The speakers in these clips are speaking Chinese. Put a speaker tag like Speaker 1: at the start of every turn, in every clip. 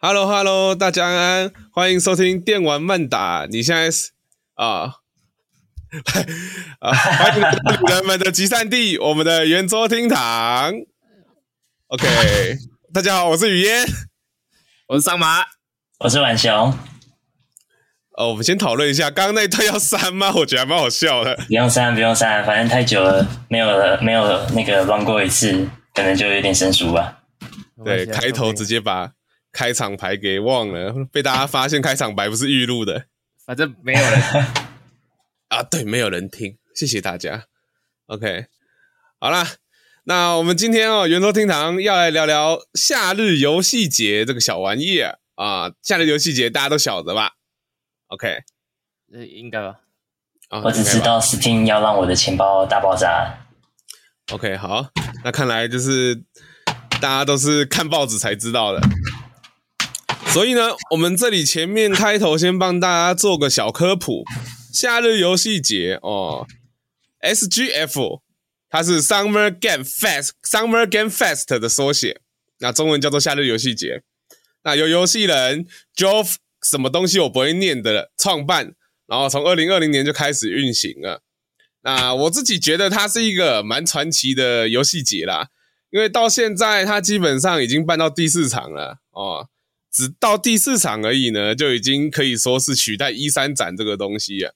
Speaker 1: Hello Hello，大家安安，欢迎收听电玩慢打。你现在是啊 啊，欢迎来到女人们的集散地， 我们的圆桌厅堂。OK，大家好，我是雨嫣。
Speaker 2: 我是桑麻，
Speaker 3: 我是晚雄，
Speaker 1: 哦，我们先讨论一下，刚刚那一段要删吗？我觉得还蛮好笑的。
Speaker 3: 不用删，不用删，反正太久了，没有了，没有了那个乱过一次，可能就有点生疏吧。
Speaker 2: 啊
Speaker 1: 对，开头直
Speaker 2: 接，
Speaker 1: 接把开场牌给忘了，被大家发现开场白不是预录的
Speaker 2: 反正没有人。
Speaker 1: 啊。对，没有人听，谢谢大家。OK，好啦，那我们今天哦，圆桌厅堂要来聊聊夏日游戏节这个小玩意儿啊。夏日游戏节大家都晓得吧？OK，
Speaker 2: 呃应该 吧？
Speaker 1: 啊，
Speaker 3: 我只知
Speaker 1: OK 吧
Speaker 3: 道 Steam 要让我的钱包大爆炸，
Speaker 1: OK，好，那看来就是大家都是看报纸才知道的。所以呢，我们这里前面开头先帮大家做个小科普，夏日游戏节哦，SGF，它是 Summer Game Fest，Summer Game Fest 的缩写，那中文叫做夏日游戏节。那由游戏人 Jove 什么东西我不会念的创办，然后从二零二零年就开始运行了。那我自己觉得它是一个蛮传奇的游戏节啦，因为到现在它基本上已经办到第四场了哦，只到第四场而已呢，就已经可以说是取代一三展这个东西了。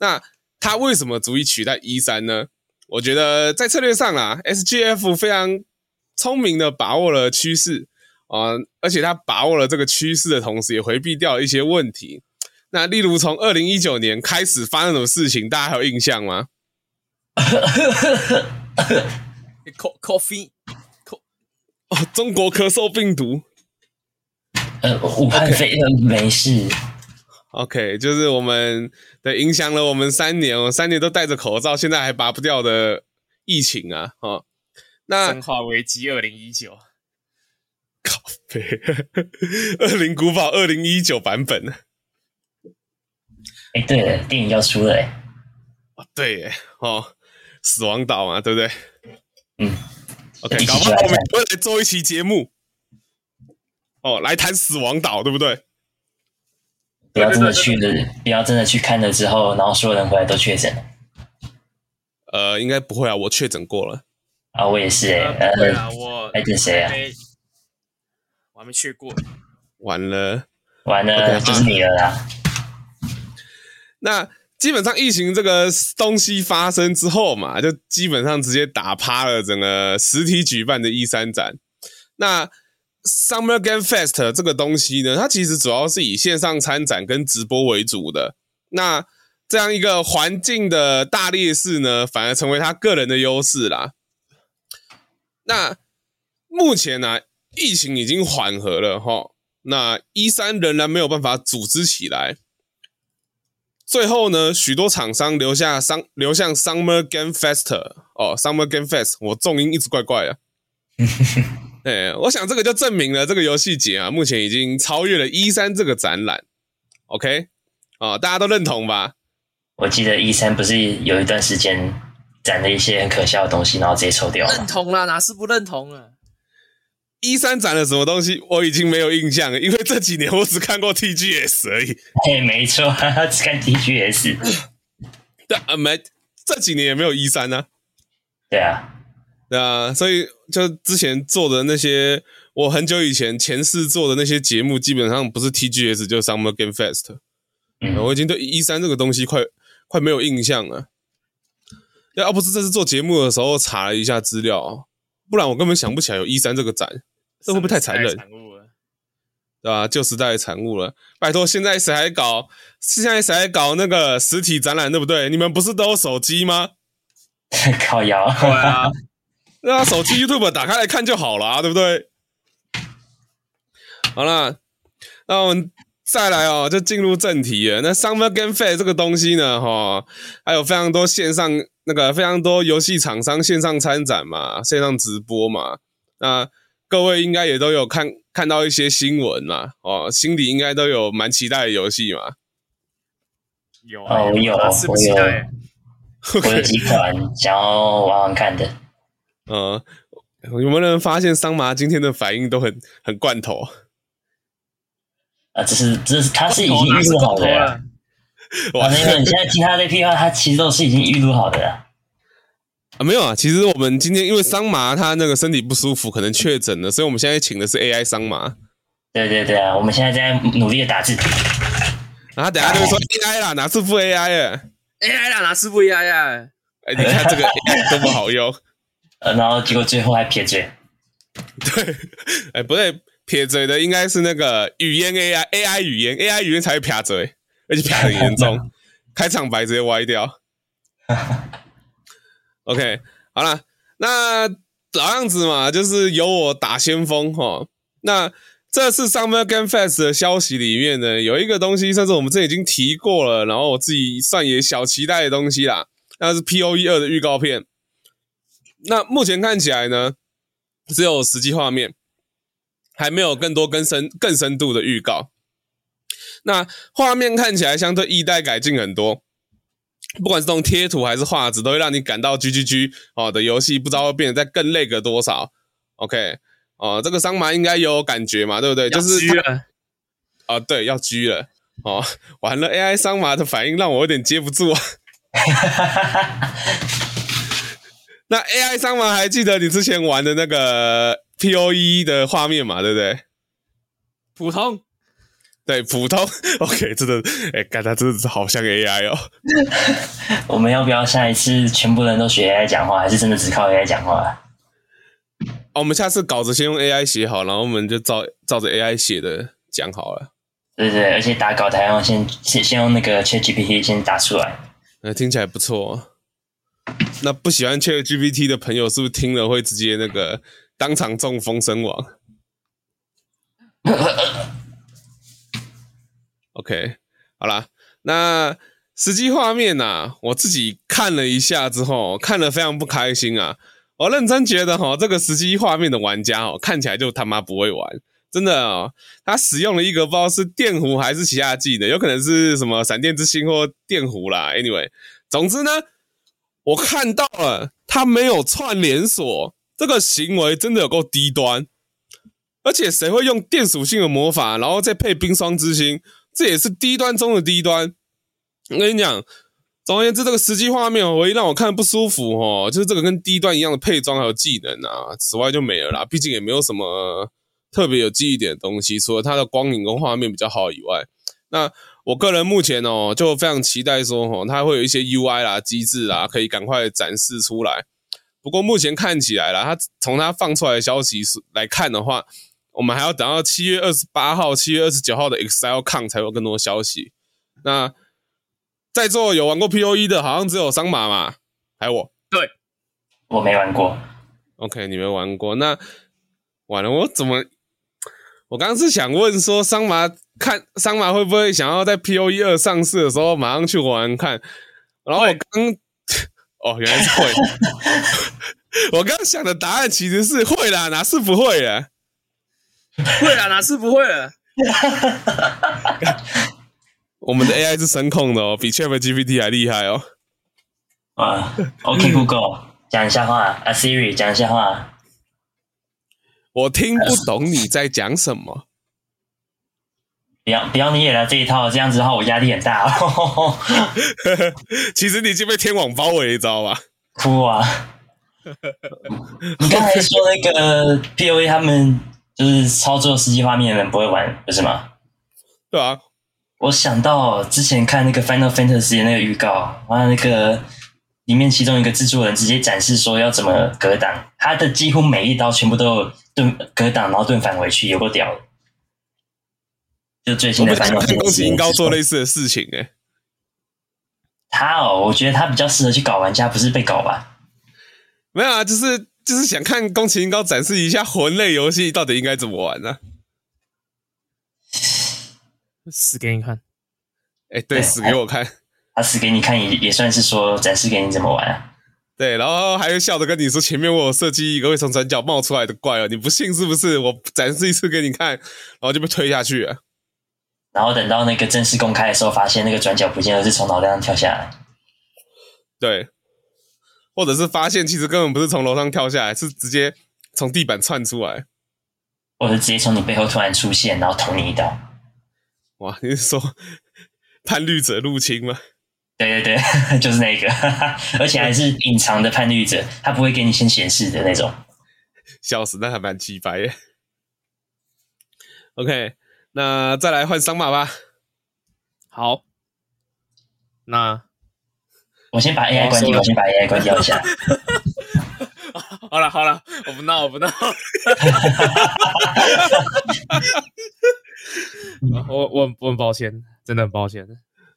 Speaker 1: 那它为什么足以取代一三呢？我觉得在策略上啦，SGF 非常聪明的把握了趋势啊、呃而且它把握了这个趋势的同时，也回避掉了一些问题。那例如从二零一九年开始发生什么事情，大家还有印象吗？
Speaker 2: Co coffee
Speaker 1: 哦，中国咳嗽病毒。
Speaker 3: 呃，武汉肺炎没事，
Speaker 1: OK，就是我们的影响了我们三年，哦，三年都戴着口罩，现在还拔不掉的疫情啊，哦，
Speaker 3: 啊
Speaker 1: 那
Speaker 2: 生化危机二零一九，
Speaker 1: 恶灵古堡二零一九版本啊
Speaker 3: 哎、对了，电影要出了、诶哎
Speaker 1: 哦，对耶，哦，死亡岛嘛，对不对
Speaker 3: 嗯
Speaker 1: ？OK，
Speaker 3: 一起
Speaker 1: 搞不好
Speaker 3: 来
Speaker 1: 我们
Speaker 3: 看
Speaker 1: 会来做一期节目，哦，来谈死亡岛，对不对？
Speaker 3: 不要真的去了，不要真的去看了之后，然后所有人回来都确诊了
Speaker 1: 呃，应该不会啊，我确诊过了。
Speaker 3: 啊！我也是、诶
Speaker 2: 呃，不会啊，
Speaker 3: 呃，
Speaker 2: 我
Speaker 3: 还等谁啊
Speaker 2: 还？没我还没去过，
Speaker 1: 完了，
Speaker 3: 完了
Speaker 1: OK，
Speaker 3: 就是你了啦！
Speaker 1: 那基本上疫情这个东西发生之后嘛，就基本上直接打趴了整个实体举办的一三展。那 Summer Game Fest 这个东西呢，它其实主要是以线上参展跟直播为主的。那这样一个环境的大劣势呢，反而成为他个人的优势啦。那目前呢、啊疫情已经缓和了哈，那一三仍然没有办法组织起来，最后呢，许多厂商留下商流向 Summer Game Fest 哦，Summer Game Fest，我重音一直怪怪的。哎，我想这个就证明了这个游戏节啊，目前已经超越了一三这个展览。OK，啊、大家都认同吧？
Speaker 3: 我记得一三不是有一段时间攒了一些很可笑的东西，然后直接抽掉了吗
Speaker 2: 认。同啦，哪是不认同啊？
Speaker 1: 一三展了什么东西，我已经没有印象了，因为这几年我只看过 TGS 而已。
Speaker 3: 嘿，哎没错， 哈哈，只看 TGS。
Speaker 1: 对啊，没这几年也没有一三啊呢。
Speaker 3: 对啊，
Speaker 1: 对啊，所以就之前做的那些，我很久以前前世做的那些节目，基本上不是 TGS 就是 Summer Game Fest。
Speaker 3: 嗯，
Speaker 1: 我已经对一三这个东西快快没有印象了。要不是这次做节目的时候查了一下资料哦，不然我根本想不起来有一三这个展，这会不会太残忍
Speaker 2: 上个时代的产物了？
Speaker 1: 对吧、旧时代的产物了。拜托，现在谁还搞？现在谁还搞那个实体展览，对不对？你们不是都有手机吗？
Speaker 3: 靠腰。
Speaker 2: 对啊，
Speaker 1: 对啊，手机 YouTube 打开来看就好了、啊，对不对？好啦，那我们再来哦，就进入正题了。那 Summer Game Fest 这个东西呢，哈、还有非常多线上那个非常多游戏厂商线上参展嘛，线上直播嘛。那各位应该也都有看看到一些新闻嘛，哦，心里应该都有蛮期待的游戏嘛。
Speaker 2: 有啊，
Speaker 3: 哦，我有，
Speaker 2: 啊是不
Speaker 3: 我
Speaker 2: 期
Speaker 3: 有，
Speaker 2: 待？
Speaker 3: 我有几款想要玩玩看的。
Speaker 1: 哦嗯、有没有人发现桑麻今天的反应都很很罐头？
Speaker 3: 啊，只是只是他是已
Speaker 2: 头
Speaker 3: 经
Speaker 2: 哪
Speaker 3: 预
Speaker 2: 是
Speaker 3: 录好
Speaker 2: 够头啊
Speaker 3: 的了，
Speaker 2: 了？
Speaker 1: 哇
Speaker 3: 啊，因为你现在听他这屁话，他其实都是已经预录好的了。
Speaker 1: 啊，没有啊，其实我们今天因为桑麻他那个身体不舒服，可能确诊了，所以我们现在请的是 AI 桑麻。
Speaker 3: 对对对啊，我们现在在努力的打字。
Speaker 1: 然后他等下就会说 AI 啦，哪是副 AI 啊？
Speaker 2: 哎呀呀，哪是不一啊样呀？
Speaker 1: 哎，你看这个 AI 多么好用。
Speaker 3: 呃，然后结果最后还撇嘴，
Speaker 1: 对，哎，不对，撇嘴的应该是那个语言 AI，AI 语言，AI 语言才会撇嘴，而且撇得很严重，开场白直接歪掉。OK，好了，那老样子嘛，就是由我打先锋哈。那这次 Summer Game Fest 的消息里面呢，有一个东西，甚至我们这已经提过了，然后我自己算也小期待的东西啦，那是 P O E 二的预告片。那目前看起来呢，只有实际画面，还没有更多更深更深度的预告。那画面看起来相对一代改进很多，不管是从贴图还是画质，都会让你感到 G G G 哦的游戏不知道会变得再更累个多少。OK，哦，这个桑麻应该有感觉嘛，对不对？就是
Speaker 2: 虚了，
Speaker 1: 啊、对，要 G 了哦，完了，AI 桑麻的反应让我有点接不住啊。那 AI 桑麻还记得你之前玩的那个 POE 的画面嘛？对不对？
Speaker 2: 普 通。
Speaker 1: 对，普通 OK，真的，哎、干他真的是好像 AI 哦。
Speaker 3: 我们要不要下一次全部人都学 AI 讲话，还是真的只靠 AI 讲话？
Speaker 1: 哦我们下次稿子先用 AI 写好，然后我们就照照着 AI 写的讲好了。
Speaker 3: 对对，对而且打稿台要先先先用那个 ChatGPT 先打出来。
Speaker 1: 那、听起来不错、哦。那不喜欢 ChatGPT 的朋友，是不是听了会直接那个当场中风身亡？OK，好啦，那实际画面呐、我自己看了一下之后，看了非常不开心啊。我认真觉得哈，这个实际画面的玩家哦，看起来就他妈不会玩，真的哦。他使用了一个不知道是电弧还是其他技能，有可能是什么闪电之星或电弧啦。Anyway，总之呢，我看到了他没有串连锁，这个行为真的有够低端。而且谁会用电属性的魔法，然后再配冰霜之星？这也是低端中的低端。我跟你讲，总而言之，这个实际画面哦唯一让我看得不舒服哦，就是这个跟低端一样的配装还有技能啊，此外就没了啦。毕竟也没有什么特别有记忆点的东西，除了它的光影跟画面比较好以外，那我个人目前哦就非常期待说哦，它会有一些 UI 啦、机制啦，可以赶快展示出来。不过目前看起来啦，它从它放出来的消息是来看的话，我们还要等到七月二十八号、七月二十九号的 ExileCon 才有更多消息。那在座有玩过 POE 的，好像只有桑马嘛，还有我。
Speaker 3: 我没玩过，
Speaker 1: OK，你没玩过，那完了，我怎么？我刚刚是想问说，桑麻看桑麻会不会想要在 POE 二上市的时候马上去玩玩看？然后我刚哦，原来是会。 我刚想的答案其实是会啦，哪是不会啊啦？
Speaker 2: 会了，哪是不会啊了？
Speaker 1: 我们的 AI 是声控的哦，比 ChatGPT 还厉害哦。
Speaker 3: 啊，OK Google 讲一下话，啊 Siri 讲一下话，
Speaker 1: 我听不懂你在讲什么。
Speaker 3: 不要不要你也来这一套，这样子的话我压力很大、哦，
Speaker 1: 其实你已经被天网包围了，你知道吗？
Speaker 3: 哭 啊！你刚才说那个 POE 他们就是操作实际画面的人不会玩，不是吗？
Speaker 1: 对吧、啊？
Speaker 3: 我想到之前看那个 Final Fantasy 的那个预告，哇，那个里面其中一个制作人直接展示说要怎么格挡，他的几乎每一刀全部都有盾格挡，然后盾返回去，有够屌的。就最
Speaker 1: 我
Speaker 3: 新的
Speaker 1: 们想
Speaker 3: Final
Speaker 1: 看宫崎
Speaker 3: Fantasy，
Speaker 1: 英高做类似的事情、欸，
Speaker 3: 他哦，我觉得他比较适合去搞玩家，不是被搞吧？
Speaker 1: 没有啊，就是就是想看宫崎英高展示一下魂类游戏到底应该怎么玩呢、啊？
Speaker 2: 死给你看，
Speaker 1: 哎，对，
Speaker 3: 对
Speaker 1: 死给我看，
Speaker 3: 他死给你看也也算是说展示给你怎么玩啊。
Speaker 1: 对，然后还笑着跟你说前面我有设计一个会从转角冒出来的怪哦，你不信是不是？我展示一次给你看，然后就被推下去了。
Speaker 3: 然后等到那个正式公开的时候，发现那个转角不见了，是从脑袋上跳下来。
Speaker 1: 对，或者是发现其实根本不是从楼上跳下来，是直接从地板窜出来。
Speaker 3: 或者直接从你背后突然出现，然后捅你一刀。
Speaker 1: 哇，你是说叛绿者入侵吗？
Speaker 3: 对对对， 就是那个，而且还是隐藏的叛逆者，他不会给你先显示的那种。
Speaker 1: 笑死，那还蛮鸡掰的。OK，那再来换桑马吧。
Speaker 2: 好，那
Speaker 3: 我先把
Speaker 2: 哦
Speaker 3: AI 关掉，我先把 AI 关掉一 下。
Speaker 2: 好了好了，我不闹我 不闹，我我我很抱歉，真的很抱歉。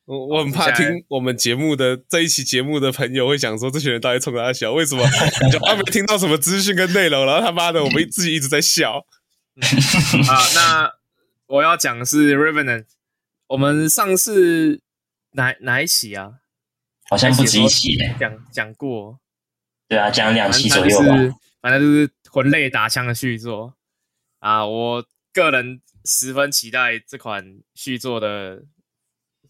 Speaker 1: 我我很怕
Speaker 2: 接下来
Speaker 1: 听我们节目的这一期节目的朋友会想说，这群人到底冲他笑？为什 么就他没听到什么资讯跟内容，然后他妈的我们自己一直在笑？
Speaker 2: 啊，那我要讲的是 Revenant。我们上次哪哪一期啊？
Speaker 3: 好像不止一期耶，
Speaker 2: 讲讲过，
Speaker 3: 对啊，讲两
Speaker 2: 反
Speaker 3: 期
Speaker 2: 正
Speaker 3: 左
Speaker 2: 就
Speaker 3: 右吧。
Speaker 2: 是反正就是魂类打枪的续作啊！我个人十分期待这款续作的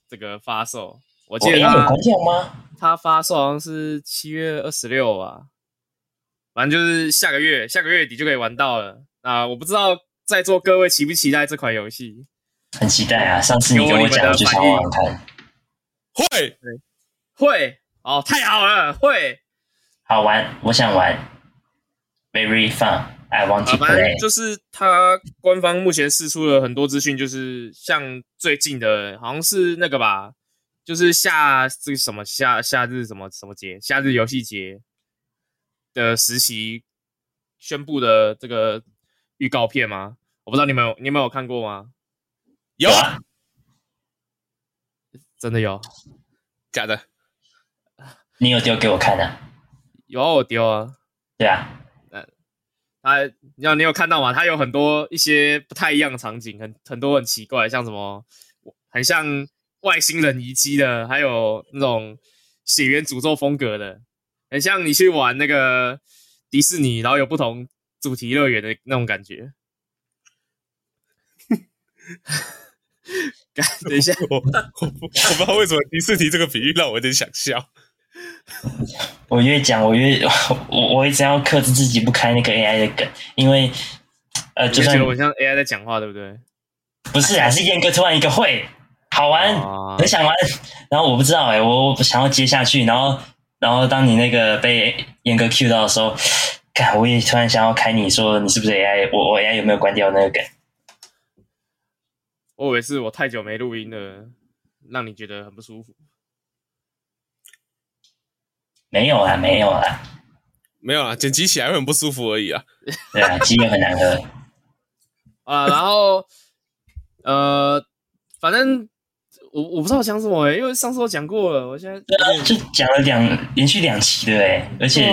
Speaker 2: 这个发售。我
Speaker 3: 哦我
Speaker 2: 记
Speaker 3: AI
Speaker 2: 得
Speaker 3: 有
Speaker 2: 它
Speaker 3: 关掉吗？
Speaker 2: 它发售好像是七月二十六吧，反正就是下个月下个月底就可以玩到了啊！我不知道在座各位期不期待这款游戏。
Speaker 3: 很期待啊！上次你跟
Speaker 2: 有
Speaker 3: 我
Speaker 2: 你们
Speaker 3: 讲，
Speaker 2: 的
Speaker 3: 我就想
Speaker 2: 反应
Speaker 3: 玩玩看。
Speaker 1: 会
Speaker 2: 会哦，太好了，会。
Speaker 3: 好玩，我想玩。Very fun, I want to
Speaker 2: 啊，反
Speaker 3: play
Speaker 2: 正。就是它官方目前释出了很多资讯，就是像最近的，好像是那个吧，就是夏这个什么夏夏日什么什么节，夏日游戏节的实习宣布的这个预告片吗？我不知道你们有你们有看过吗？
Speaker 1: 有
Speaker 3: 啊
Speaker 2: 真的有，
Speaker 1: 假的？
Speaker 3: 你有丢给我看啊？
Speaker 2: 有啊我丢啊。
Speaker 3: 对啊，
Speaker 2: 啊，你有你有看到吗？它有很多一些不太一样的场景，很很多很奇怪，像什么很像外星人遗迹的，还有那种血缘诅咒风格的，很像你去玩那个迪士尼，然后有不同主题乐园的那种感觉。 干等一下，
Speaker 1: 我我不我不知道为什么迪士尼这个比喻让我有点想笑。
Speaker 3: 我越讲我越 我我一直要克制自己不开那个 AI 的梗，因为呃，
Speaker 2: 你
Speaker 3: 就
Speaker 2: 会觉
Speaker 3: 算
Speaker 2: 得我很像 AI 在讲话，对不对？
Speaker 3: 不是啊，是燕哥突然一个会，好玩，
Speaker 2: 啊
Speaker 3: 很想玩。然后我不知道哎、我我想要接下去，然后然后当你那个被燕哥 Q 到的时候， 看我也突然想要开你说你是不是 AI，我我 AI 有没有关掉那个梗？
Speaker 2: 我以为是我太久没录音了，让你觉得很不舒服。
Speaker 3: 没有啊，没有啊，
Speaker 1: 没有啦，剪辑起来会很不舒服而已啊。
Speaker 3: 对啊，鸡也很难喝。
Speaker 2: 啊，然后呃，反正我我不知道讲什么、欸，因为上次我讲过了，我现在
Speaker 3: 对啊，就讲了两连续两期的哎、而且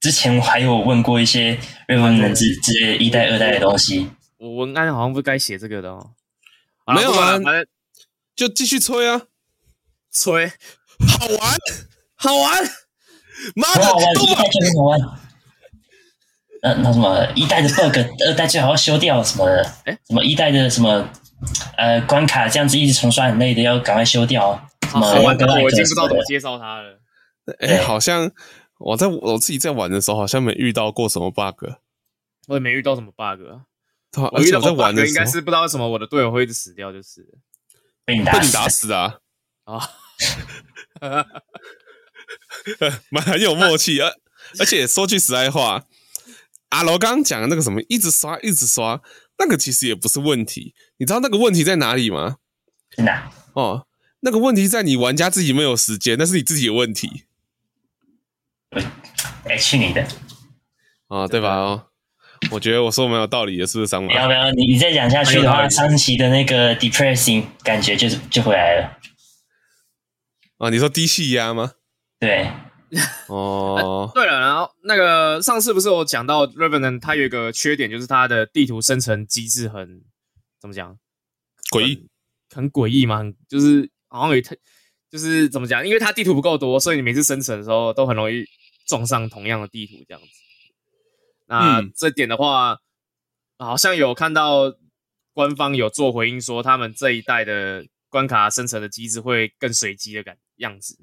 Speaker 3: 之前我还有问过一些瑞文人之之类的一代二代的东西，
Speaker 2: 我文案好像不该写这个的哦。好啦
Speaker 1: 没有啊
Speaker 2: 不管了反正
Speaker 1: 就继续吹啊，
Speaker 2: 吹
Speaker 1: 好玩，
Speaker 2: 好玩，
Speaker 1: 妈
Speaker 3: 很
Speaker 1: 的
Speaker 3: 好玩，，
Speaker 1: 都
Speaker 3: 一代就很好玩。呃，那什么一代的 bug，二代最好要修掉什么的，
Speaker 2: 诶
Speaker 3: 什么一代的什么呃关卡这样子一直重刷很累的，要赶快修掉。什
Speaker 2: 好
Speaker 3: 么
Speaker 2: 好玩，但
Speaker 3: roguelike
Speaker 2: 我已经不知道怎么
Speaker 3: 什
Speaker 2: 介绍它了。
Speaker 1: 哎、好像我在我自己在玩的时候，好像没遇到过什么 bug。
Speaker 2: 我也没遇到什么 bug，、啊、
Speaker 1: 对啊
Speaker 2: 我
Speaker 1: 而
Speaker 2: 遇
Speaker 1: 且
Speaker 2: 到
Speaker 1: 我在
Speaker 2: bug
Speaker 1: 玩的
Speaker 2: 应
Speaker 1: 时
Speaker 2: 该
Speaker 1: 候
Speaker 2: 是不知道为什么我的队友会一直死掉，就是了
Speaker 3: 被你打
Speaker 1: 被你
Speaker 3: 死，
Speaker 1: 打死的啊，
Speaker 2: 啊。
Speaker 1: 蛮很有默契。而、而且说句实在话，阿楼刚刚讲的那个什么，一直刷一直刷，那个其实也不是问题。你知道那个问题在哪里吗？
Speaker 3: 真的啊。
Speaker 1: 哦，那个问题在你玩家自己没有时间，那是你自己的问题
Speaker 3: 哎，去你的！
Speaker 1: 啊、对吧？哦，我觉得我说蛮有道理的，是不是桑马？
Speaker 3: 要不要你你再讲下去的
Speaker 2: 哎
Speaker 3: 话，
Speaker 2: 呦
Speaker 3: 上期的那个 depressing 感觉就是就回来了。
Speaker 1: 啊，你说低气压吗？
Speaker 3: 对，
Speaker 1: 哦，
Speaker 2: 对了，然后那个上次不是我讲到 Revenant，它有一个缺点，就是它的地图生成机制很怎么讲？
Speaker 1: 诡异，
Speaker 2: 很诡异嘛，很就是好像有特，就是怎么讲？因为它地图不够多，所以你每次生成的时候都很容易撞上同样的地图这样子。那、
Speaker 1: 嗯
Speaker 2: 这点的话，好像有看到官方有做回应说，他们这一代的关卡生成的机制会更随机的感样子。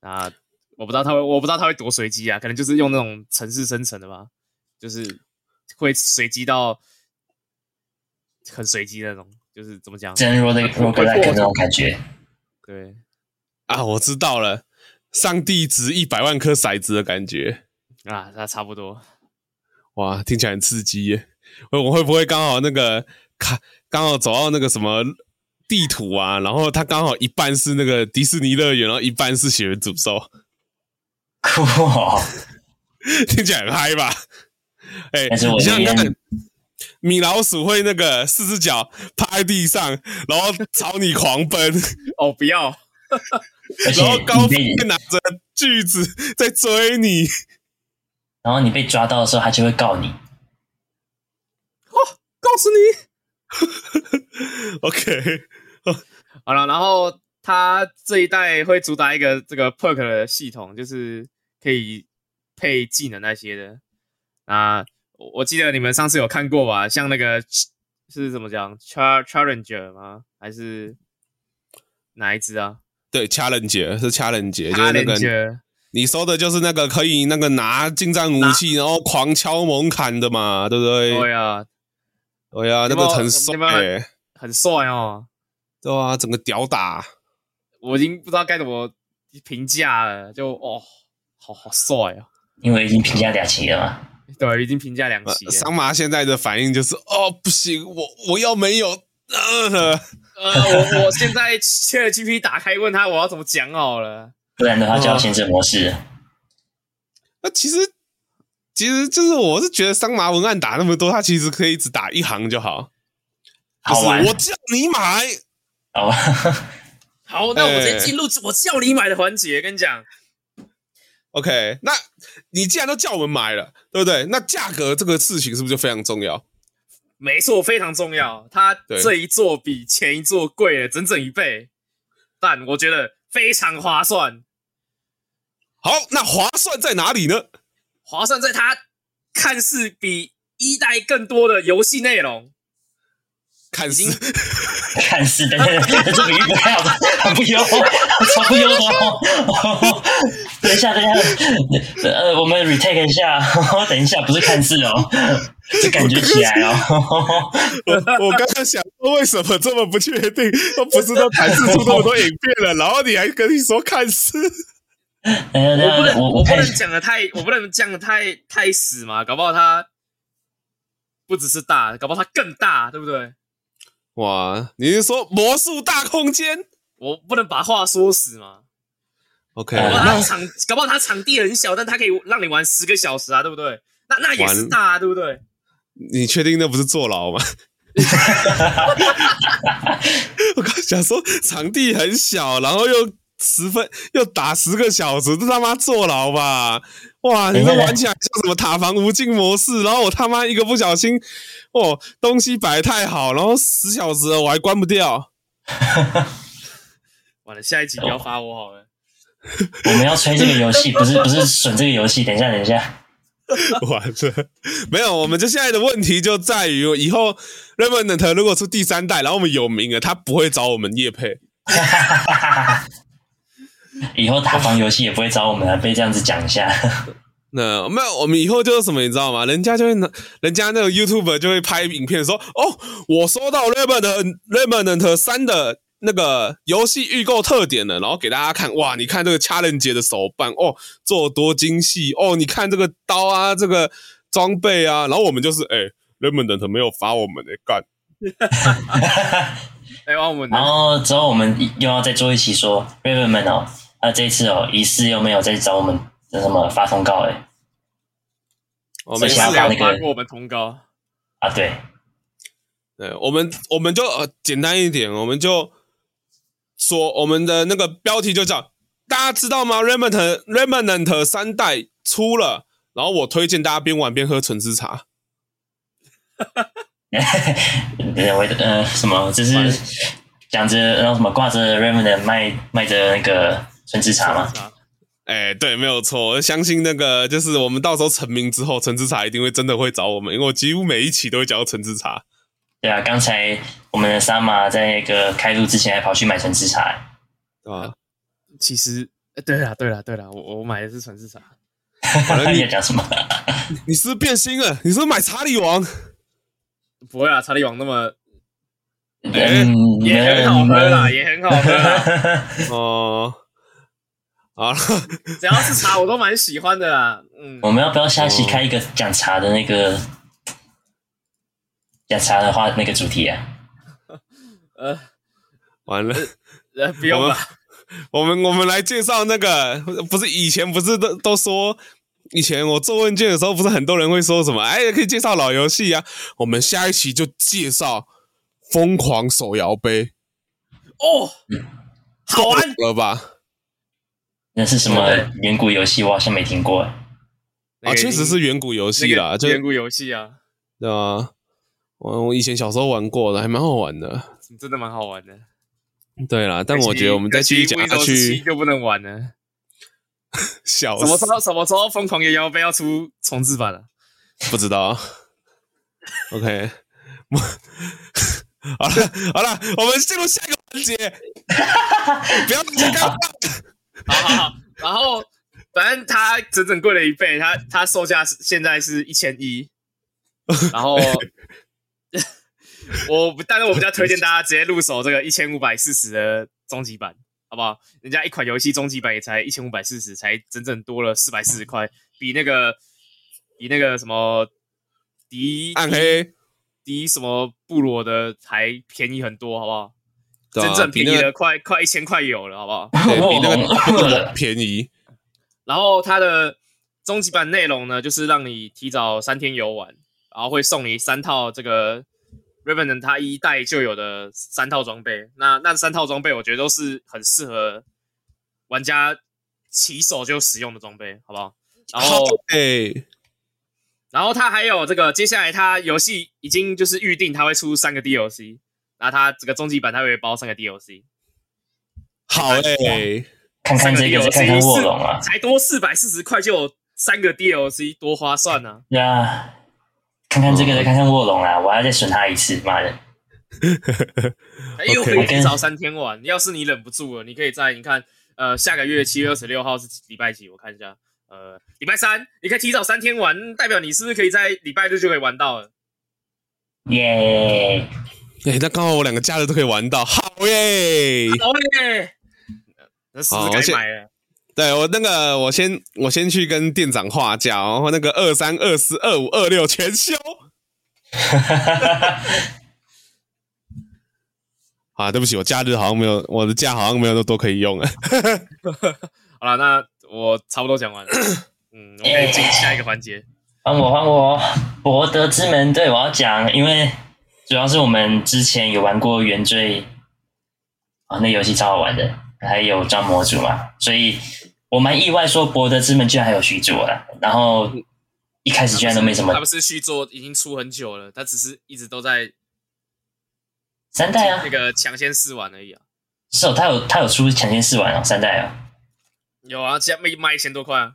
Speaker 2: 啊，我不知道他会，我不知道他会多随机啊，可能就是用那种城市生成的吧，就是会随机到很随机那种，就是怎么讲？
Speaker 3: 真 r o g r o g
Speaker 2: 会
Speaker 3: l i k
Speaker 2: 过
Speaker 3: e 那种感觉。
Speaker 2: 对，
Speaker 1: 啊，我知道了，上帝掷一百万颗骰子的感觉，
Speaker 2: 啊，那差不多。
Speaker 1: 哇，听起来很刺激耶！我我会不会刚好那个卡刚好走到那个什么地图啊，然后它刚好一半是那个迪士尼乐园，然后一半是血缘诅咒，
Speaker 3: 酷哦！
Speaker 1: 听起来很嗨吧？哎、
Speaker 3: 但是我
Speaker 1: 你想想
Speaker 3: 这
Speaker 1: 看
Speaker 3: 边，
Speaker 1: 米老鼠会那个四只脚趴在地上，然后朝你狂 奔，
Speaker 2: 哦，不要，
Speaker 3: 而且
Speaker 1: 然后高
Speaker 3: 你
Speaker 1: 飞
Speaker 3: 被
Speaker 1: 拿着锯子在追你。
Speaker 3: 然后你被抓到的时候，他就会告你。
Speaker 1: 告诉你。OK，
Speaker 2: 好了，然后它这一代会主打一个这个 perk 的系统，就是可以配技能那些的。啊，我我记得你们上次有看过吧？像那个是怎么讲，char challenger 吗？还是哪一只啊
Speaker 1: 对，掐人节是掐人节，就是那个
Speaker 2: ？challenger
Speaker 1: 你说的就是那个可以那个拿近战武器，然后狂敲猛砍的嘛，对不对？
Speaker 2: 对啊，
Speaker 1: 对啊，那
Speaker 2: 有没
Speaker 1: 个
Speaker 2: 有
Speaker 1: 很帅
Speaker 2: 有没有很
Speaker 1: 欸，
Speaker 2: 很帅哦，
Speaker 1: 对啊，整个屌打，
Speaker 2: 我已经不知道该怎么评价了，就哦，好好帅哦。
Speaker 3: 因为已经评价两期了嘛，
Speaker 2: 对，已经评价两期
Speaker 1: 呃
Speaker 2: 了。
Speaker 1: 桑麻现在的反应就是哦，不行，我我要没有。呃，
Speaker 2: 呃，我我现在 ChatGPT 打开问他我要怎么讲好了。
Speaker 3: 不然的话就要限制模式。
Speaker 1: 那其实其实就是我是觉得桑麻文案打那么多，他其实可以只打一行就好，就
Speaker 3: 好
Speaker 1: 是
Speaker 3: 玩
Speaker 1: 我叫你买，
Speaker 3: 哦，
Speaker 2: 好，那我们直接
Speaker 1: 哎
Speaker 2: 进入我叫你买的环节。跟你讲，
Speaker 1: OK，那你既然都叫我们买了，对不对？那价格这个事情是不是就非常重要？
Speaker 2: 没错，非常重要。它
Speaker 1: 对
Speaker 2: 这一座比前一座贵了整整一倍，但我觉得非常划算。
Speaker 1: 好，那划算在哪里呢？
Speaker 2: 划算在它看似比一代更多的游戏内容，
Speaker 1: 看似
Speaker 2: 已经
Speaker 3: 看似但是这比喻不太好，很不优，超不优的哦。等一下，等一下，呃，我们 retake 一下。等一下，不是看似哦，这感觉起来哦。
Speaker 1: 我我刚刚想说，为什么这么不确定？都不是都阐释出这么多影片了，然后你还跟你说看似？
Speaker 3: 等一下，等
Speaker 2: 我不
Speaker 3: 一下，
Speaker 2: 能
Speaker 3: 我
Speaker 2: 我不
Speaker 3: 看
Speaker 2: 能讲的太我不能讲的太太死嘛，搞不好它不只是大，搞不好它更大，对不对？
Speaker 1: 哇，你是说魔术大空间
Speaker 2: 我不能把话说死嘛。
Speaker 1: ？OK，
Speaker 2: 搞不好
Speaker 3: 呃
Speaker 2: 他
Speaker 1: 那
Speaker 2: 场，搞不好他场地很小，但他可以让你玩十个小时啊，对不对？那那也是大啊，对不对？
Speaker 1: 你确定那不是坐牢吗？ 我刚想说场地很小，然后又十分又打十个小时，这他妈坐牢吧！哇，你这玩起来像什么塔防无尽模式？然后我他妈一个不小心，哦，东西摆太好，然后十小时了我还关不掉。
Speaker 2: 完了，下一集不要发我好了。
Speaker 3: 我们要吹这个游戏，不是不是损这个游戏。等一下，等一下，
Speaker 1: 完了，没有，我们就现在的问题就在于以后 Remnant 如果出第三代，然后我们有名了，他不会找我们叶配。
Speaker 3: 以后打房游戏也不会找我们了，被这样子讲一 下。
Speaker 1: 那没有，我们以后就是什么，你知道吗？人家就会拿，人家那个 YouTube 就会拍影片说，哦，我收到 Remnant Remnant 三的那个游戏预购特点了，然后给大家看，哇，你看这个掐人节的手办，哦，做得多精细，哦，你看这个刀啊，这个装备啊，然后我们就是，哎、r e m n a n t 没有发我们的、干，
Speaker 2: 哎，王文，
Speaker 3: 然后之后我们又要再做一期说 Raven 们哦，啊这一次哦，疑似又没有再找我们那什么发通告哎
Speaker 1: 我
Speaker 3: 所
Speaker 1: 们
Speaker 3: 以
Speaker 1: 哦事
Speaker 3: 想
Speaker 1: 聊
Speaker 3: 要把
Speaker 2: 有
Speaker 3: 那个
Speaker 2: 发过我们通告，
Speaker 3: 啊对，
Speaker 1: 对，我们我们就、呃、简单一点，我们就说我们的那个标题就叫大家知道吗？Remnant Remnant 三代出了，然后我推荐大家边玩边喝纯汁茶。
Speaker 3: 呃我呃什么就是讲着然后什么挂着 Raven 的卖卖着那个纯汁茶嘛，
Speaker 1: 哎，对，没有错，我相信那个就是我们到时候成名之后，纯汁茶一定会真的会找我们，因为我几乎每一期都会讲到纯汁茶。
Speaker 3: 对啊，刚才我们的 Sama 在那个开录之前还跑去买纯汁茶哎，
Speaker 1: 对吧？
Speaker 2: 其实，哎对了，对了，对了，我我买的是纯市场，
Speaker 1: 反正
Speaker 3: 你
Speaker 1: 你
Speaker 3: 在讲什么？
Speaker 1: 你是不是变心了？你是不是买查理王？
Speaker 2: 不会啊，查理王那么
Speaker 1: 哎
Speaker 3: 嗯，
Speaker 2: 也很好喝啦， 也 很好喝啦，
Speaker 1: 哦，好了，
Speaker 2: 只要是茶我都蛮喜欢的啦。嗯，
Speaker 3: 我们要不要下期开一个讲茶的那个讲茶的话那个主题啊？
Speaker 2: 呃
Speaker 1: 完了，
Speaker 2: 呃，不用了，
Speaker 1: 我们我们来介绍那个，不是以前不是都都说。以前我做问卷的时候，不是很多人会说什么？哎，可以介绍老游戏啊。我们下一期就介绍《疯狂手摇杯》，啊
Speaker 2: 哦，好玩，
Speaker 1: 了吧？
Speaker 3: 那是什么
Speaker 2: 对
Speaker 3: 远古游戏？我好像没听过。
Speaker 2: 那
Speaker 1: 啊，
Speaker 2: 个
Speaker 1: 确实是远古游戏啦，
Speaker 2: 那
Speaker 1: 就
Speaker 2: 个远古游戏啊，
Speaker 1: 对啊，我我以前小时候玩过的，还蛮好玩的。
Speaker 2: 真的蛮好玩的。
Speaker 1: 对啦，但我觉得我们再继续讲下去，
Speaker 2: 就不能玩了。
Speaker 1: 笑
Speaker 2: 什么时
Speaker 1: 死，
Speaker 2: 候什么时候疯狂摇摇杯要出重置版了？啊
Speaker 1: 不知道。OK，我好了好了，我们进入下一个环节，不要再干嘛
Speaker 2: 好好好，然后反正它整整贵了一倍，它它售价是现在是一千一，然后我不但是我比较推荐大家直接入手这个一千五百四十的终极版，好不好？人家一款游戏终极版也才一千五百四十，才整整多了四百四十块，比那个比那个什么迪
Speaker 1: 暗黑，
Speaker 2: 迪什么部落的还便宜很多，好不好？
Speaker 1: 对
Speaker 2: 真
Speaker 1: 啊
Speaker 2: 正
Speaker 1: 比那
Speaker 2: 便宜
Speaker 1: 个
Speaker 2: 了快快一千块有了，好不好？
Speaker 1: 对比
Speaker 3: 我
Speaker 1: 那个
Speaker 3: 我饿了，
Speaker 1: 便宜，
Speaker 2: 然后它的终极版内容呢，就是让你提早三天游玩，然后会送你三套这个 Revenant 它一代就有的三套装备。那那三套装备，我觉得都是很适合玩家起手就使用的装备，好不好？然后
Speaker 1: 哎，
Speaker 2: 然后它还有这个，接下来它游戏已经就是预定它会出三个 DLC，那它这个终极版它会包三个 DLC，
Speaker 1: 好哎，
Speaker 3: 看看这个，再看看卧龙啊
Speaker 2: 四，才多四百四十块就有三个 DLC，多划算啊！
Speaker 3: 呀，看看这个，再看看卧龙啊，我要再损他一次，妈的！
Speaker 2: 哎又
Speaker 1: OK
Speaker 2: 可以提早三天玩。要是你忍不住了，你可以在你看，呃，下个月七月二十六号是礼拜几？我看一下，呃，礼拜三，你可以提早三天玩，代表你是不是可以在礼拜日就可以玩到了？
Speaker 3: 耶，
Speaker 1: 哎，那刚好我两个假日都可以玩到，好耶！
Speaker 2: 哦耶！那是不
Speaker 1: 好而
Speaker 2: 是
Speaker 1: 且
Speaker 2: 该买了？
Speaker 1: 对我那个，我先我先去跟店长划价，然后那个二三、二四、二五、二六全休啊！对不起，我假日好像没有，我的假好像没有都都可以用啊。
Speaker 2: 好了，那我差不多讲完了。嗯，我们可以进下一个环节。
Speaker 3: 换我，换我！博德之门，对我要讲，因为主要是我们之前有玩过原罪，啊、那游戏超好玩的，还有张模组嘛，所以我蛮意外说博德之门居然还有续作啦。然后一开始居然都没什么
Speaker 2: 他，不是续作已经出很久了，他只是一直都在
Speaker 3: 三代啊
Speaker 2: 那，个抢先试玩而已啊。
Speaker 3: 是哦，他有他有出抢先试玩哦，三代哦，
Speaker 2: 有啊，现在卖卖一千多块啊。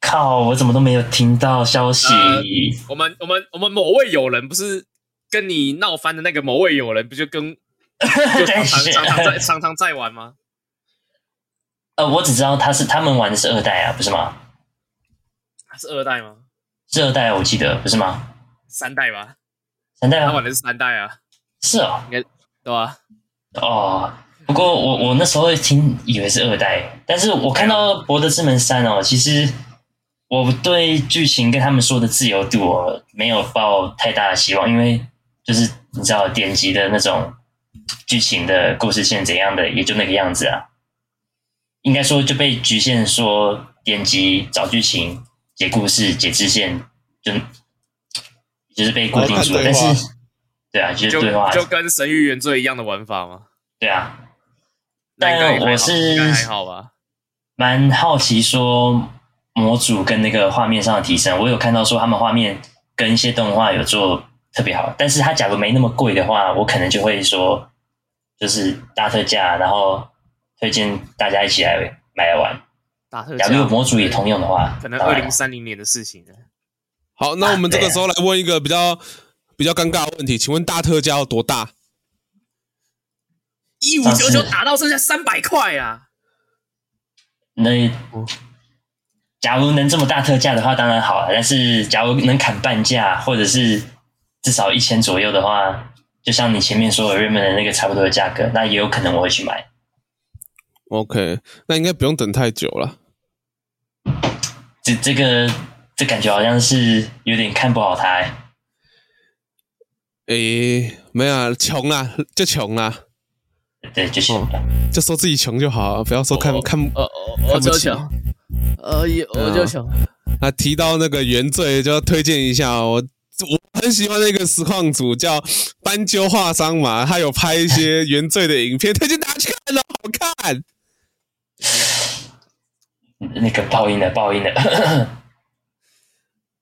Speaker 3: 靠，我怎么都没有听到消息，
Speaker 2: 呃我们我们我们某位友人不是跟你闹翻的那个某位友人，不 就跟呃就常常常常在常常在玩吗？
Speaker 3: 呃，我只知道他是他们玩的是二代啊，不是吗？
Speaker 2: 是二代吗？
Speaker 3: 是二代我记得不是吗？
Speaker 2: 三代吧？
Speaker 3: 三代
Speaker 2: 他
Speaker 3: 吗？
Speaker 2: 玩的是三代啊，
Speaker 3: 是哦。
Speaker 2: 对吧？
Speaker 3: 哦，不过我我那时候听以为是二代，但是我看到《博德之门三》哦，其实我对剧情跟他们说的自由度哦，没有抱太大的希望，因为就是你知道典籍的那种剧情的故事线怎样的，也就那个样子啊。应该说就被局限说典籍找剧情、解故事、解支线，就就是被固定住了。
Speaker 1: 哦看对
Speaker 3: 但
Speaker 1: 话
Speaker 3: 是，对啊，就是
Speaker 2: 就
Speaker 3: 对话，
Speaker 2: 就跟《神域原罪》一样的玩法吗？
Speaker 3: 对啊。
Speaker 2: 那应该也还好
Speaker 3: 但我是
Speaker 2: 应该还好吧？
Speaker 3: 蛮好奇说模组跟那个画面上的提升，我有看到说他们画面跟一些动画有做特别好，但是它假如没那么贵的话，我可能就会说就是大特价，然后推荐大家一起来买来玩。
Speaker 2: 打特
Speaker 3: 假
Speaker 2: 价
Speaker 3: 如有模组也通用的话，
Speaker 2: 可能
Speaker 3: 当
Speaker 2: 二
Speaker 3: 然
Speaker 2: 零三零年的事情了。
Speaker 1: 好，那我们这
Speaker 3: 对啊
Speaker 1: 个时候来问一个比较比较尴尬的问题，请问大特价要多大？
Speaker 2: 一五
Speaker 3: 上
Speaker 2: 九
Speaker 3: 次
Speaker 2: 九打到剩下三百块啊！
Speaker 3: 那假如能这么大特价的话，当然好了。但是假如能砍半价，或者是至少一千左右的话，就像你前面说的 r a y m o n 的那个差不多的价格，那也有可能我会去买。
Speaker 1: OK，那应该不用等太久了。
Speaker 3: 这这个这感觉好像是有点看不好它、欸，
Speaker 1: 诶、没有啊，穷啦，就穷啦，
Speaker 3: 对，就是、
Speaker 1: 哦就说自己穷就好，啊不要说看、
Speaker 2: 哦
Speaker 1: 看。
Speaker 2: 呃，我我
Speaker 1: 看不
Speaker 2: 就
Speaker 1: 起
Speaker 2: 穷，呃，也我就穷，
Speaker 1: 啊，提到那个原罪，就要推荐一下我。我很喜欢那个实况组叫斑鸠画商嘛，他有拍一些原罪的影片，推荐大家去看哦，好看。
Speaker 3: 那个报应的报应的。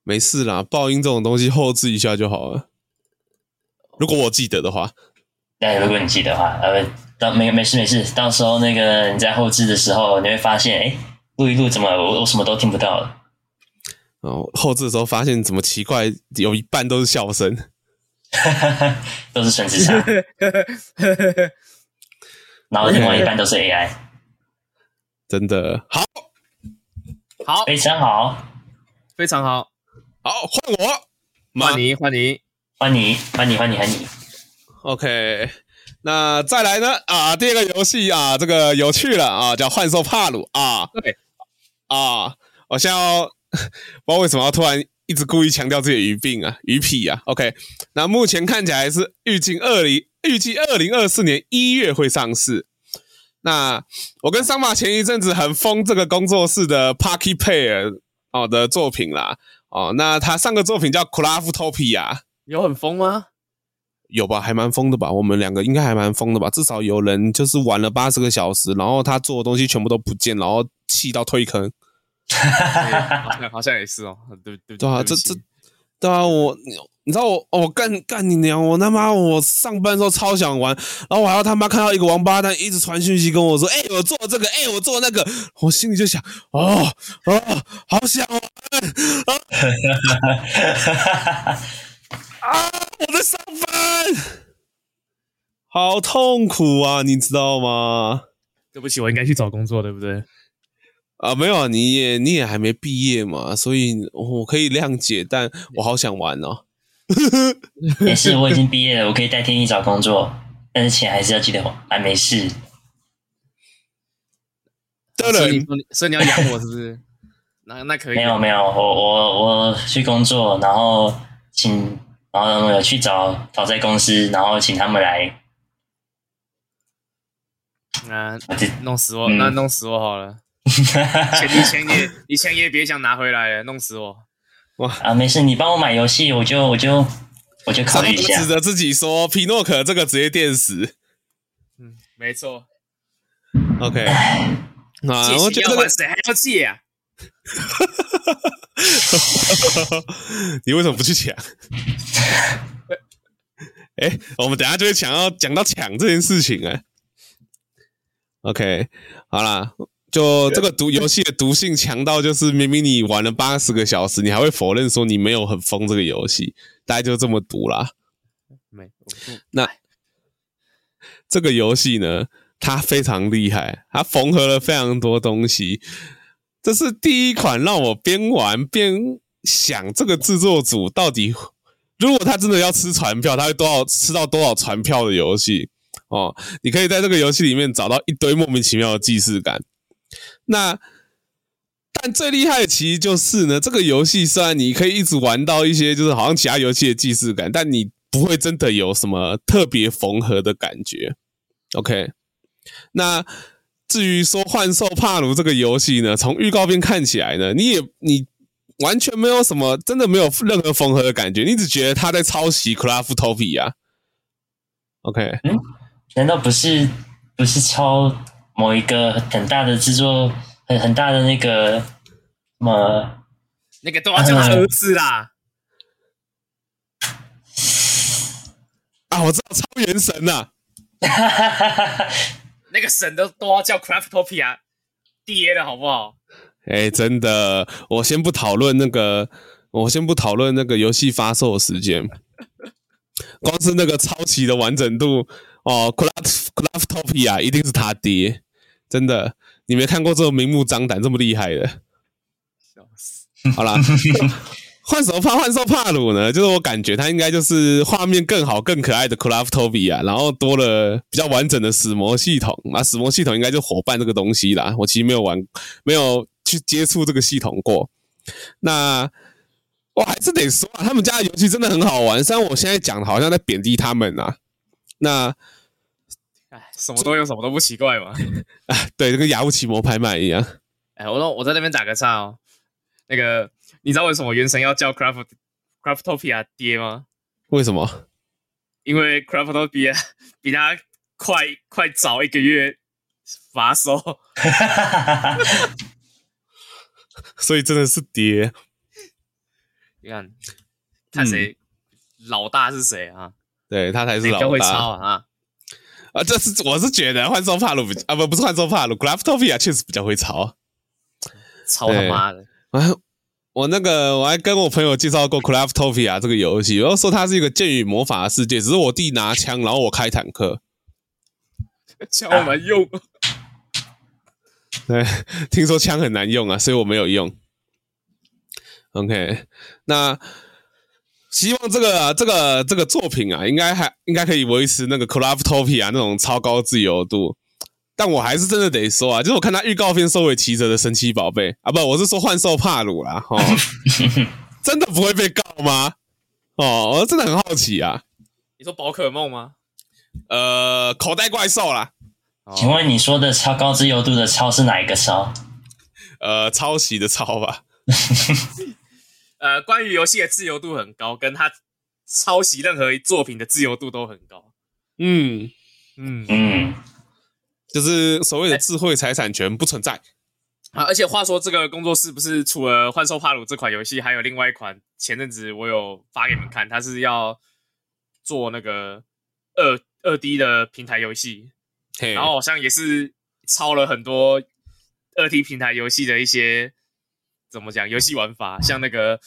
Speaker 1: 没事啦，爆音这种东西后置一下就好了。如果我记得的话，
Speaker 3: 但如果你记得的话，呃，到没没事没事，到时候那个你在后置的时候，你会发现，哎，录一录怎么我我什么都听不到 了。
Speaker 1: 哦，后置的时候发现怎么奇怪，有一半都是笑声。
Speaker 3: 都是纯智商，然后另外一半都是 AI，
Speaker 1: 真的好
Speaker 2: 啊好，
Speaker 3: 非常好。
Speaker 2: 非常好，
Speaker 1: 好换我，妈
Speaker 2: 换你，换你，
Speaker 3: 欢迎欢迎欢迎欢迎，
Speaker 1: OK，那再来呢？啊，第二个游戏啊，这个有趣了啊，叫幻兽帕鲁啊。
Speaker 2: 对
Speaker 1: 啊，我现在要 不知道为什么要突然一直故意强调自己的鱼病啊、鱼癖啊。OK，那目前看起来是预计二零预计二零二四年一月会上市。那我跟桑马前一阵子很疯这个工作室的 Parky Pair 哦的作品啦。哦，那他上个作品叫《Craftopia》。
Speaker 2: 有很疯吗？
Speaker 1: 有吧，还蛮疯的吧？我们两个应该还蛮疯的吧？至少有人就是玩了八十个小时，然后他做的东西全部都不见，然后气到退坑。
Speaker 2: 哎好 像好像也是哦，对对
Speaker 1: 对啊，
Speaker 2: 不
Speaker 1: 这
Speaker 2: 起
Speaker 1: 这，对啊，我你知道我哦我干干你娘！我他妈我上班的时候超想玩，然后我还要他妈看到一个王八蛋一直传讯息跟我说：“哎、我做这个，哎、我做那个。”我心里就想：“哦哦，好想玩 啊！我在上班，好痛苦啊，你知道吗？”
Speaker 2: 对不起，我应该去找工作，对不对？
Speaker 1: 啊，没有啊，你也你也还没毕业嘛，所以我可以谅解，但我好想玩哦。
Speaker 3: 没事，我已经毕业了，我可以代替你找工作，但是钱还是要记得还。啊，没事，
Speaker 1: 的
Speaker 2: 啊所以你
Speaker 1: 人，
Speaker 2: 说你所以你要养我是不是？那那可以，
Speaker 3: 没有没有，我我我去工作，然后请，然后我去找讨债公司，然后请他们来，
Speaker 2: 啊，
Speaker 3: 我这
Speaker 2: 弄死我，
Speaker 3: 嗯
Speaker 2: 那弄死我好了。钱一 千也一千也别想拿回来了，弄死我。
Speaker 3: 啊，没事，你帮我买游戏，我就我就我就考
Speaker 1: 上
Speaker 3: 虑一
Speaker 1: 帝
Speaker 3: 下
Speaker 1: 指。着自己说：“皮诺可这个职业电死。
Speaker 2: 嗯，没错，”
Speaker 1: OK，啊，我觉得这
Speaker 2: 借钱要
Speaker 1: 个
Speaker 2: 还，谁还要借啊？
Speaker 1: 你为什么不去抢？ 哎、我们等一下就会讲到讲到抢这件事情哎、OK，好啦，就这个毒游戏的毒性强到，就是明明你玩了八十个小时，你还会否认说你没有很疯这个游戏，大概就这么毒啦。
Speaker 2: 没，我不
Speaker 1: 那这个游戏呢，它非常厉害，它缝合了非常多东西。这是第一款让我边玩边想，这个制作组到底如果他真的要吃船票，他会多少吃到多少船票的游戏哦。你可以在这个游戏里面找到一堆莫名其妙的既视感。那但最厉害的其实就是呢，这个游戏虽然你可以一直玩到一些就是好像其他游戏的既视感，但你不会真的有什么特别缝合的感觉。OK，那至于说《幻兽帕鲁》这个游戏呢，从预告片看起来呢，你也你完全没有什么，真的没有任何缝合的感觉，你只觉得他在抄袭《Craftopia》。OK，
Speaker 3: 难道不是不是抄某一个很大的制作，很很大的那个什么？
Speaker 2: 那个都要叫他儿子啦。
Speaker 1: 啊，我知道超原神啊呐、
Speaker 2: 那个神都都要叫 Craftopia 爹了，好不好？
Speaker 1: 哎，真的，我先不讨论那个，我先不讨论那个游戏发售的时间，光是那个抄袭的完整度哦，Craft Craftopia 一定是他爹，真的，你没看过这种明目张胆这么厉害的。
Speaker 2: 笑死！
Speaker 1: 好啦，换手帕换手帕鲁呢，就是我感觉它应该就是画面更好、更可爱的 Craftopia，然后多了比较完整的死魔系统啊，死魔系统应该就伙伴这个东西啦。我其实没有玩，没有去接触这个系统过。那我还是得说啊，他们家的游戏真的很好玩，虽然我现在讲的好像在贬低他们啊。那
Speaker 2: 哎，什么都有，什么都不奇怪嘛。
Speaker 1: 啊，对，就跟雅虎奇摩拍卖一样，
Speaker 2: 哎，我那我在那边打个岔哦。那个，你知道为什么原神要叫 Craft Craftopia 爹吗？
Speaker 1: 为什么？
Speaker 2: 因为 Craftopia 比他快快早一个月发售，
Speaker 1: 所以真的是爹。
Speaker 2: 你看看谁、老大是谁啊？
Speaker 1: 对他才是
Speaker 2: 谁比较
Speaker 1: 老
Speaker 2: 会
Speaker 1: 大
Speaker 2: 抄啊啊！
Speaker 1: 啊！这是我是觉得幻兽帕鲁比啊，不不是幻兽帕鲁，Graftopia 确实比较会吵
Speaker 2: 抄他妈的！
Speaker 1: 啊。我那个我还跟我朋友介绍过 Graftopia 这个游戏，然后说它是一个剑与魔法的世界，只是我弟拿枪，然后我开坦克。
Speaker 2: 教我们用，
Speaker 1: 对，听说枪很难用啊，所以我没有用。OK，那希望这个啊这个这个作品啊，应该还应该可以维持那个 Craftopia 那种超高自由度。但我还是真的得说啊，就是我看他预告片收尾骑着的神奇宝贝啊，不，我是说幻兽帕鲁啦，哦，真的不会被告吗？哦，我真的很好奇啊。
Speaker 2: 你说宝可梦吗？
Speaker 1: 呃，口袋怪兽啦，
Speaker 3: 请
Speaker 2: 哦
Speaker 3: 问你说的超高自由度的超是哪一个超？
Speaker 1: 呃，抄袭的抄吧。
Speaker 2: 呃，关于游戏的自由度很高，跟他抄袭任何作品的自由度都很高。
Speaker 1: 嗯，
Speaker 2: 嗯
Speaker 3: 嗯，
Speaker 1: 就是所谓的智慧财产权不存在。
Speaker 2: 啊，而且话说，这个工作室不是除了《幻兽帕鲁》这款游戏，还有另外一款，前阵子我有发给你们看，它是要做那个二二 D 的平台游戏，
Speaker 1: 嘿，
Speaker 2: 然后好像也是抄了很多二 D 平台游戏的一些怎么讲游戏玩法，像那个《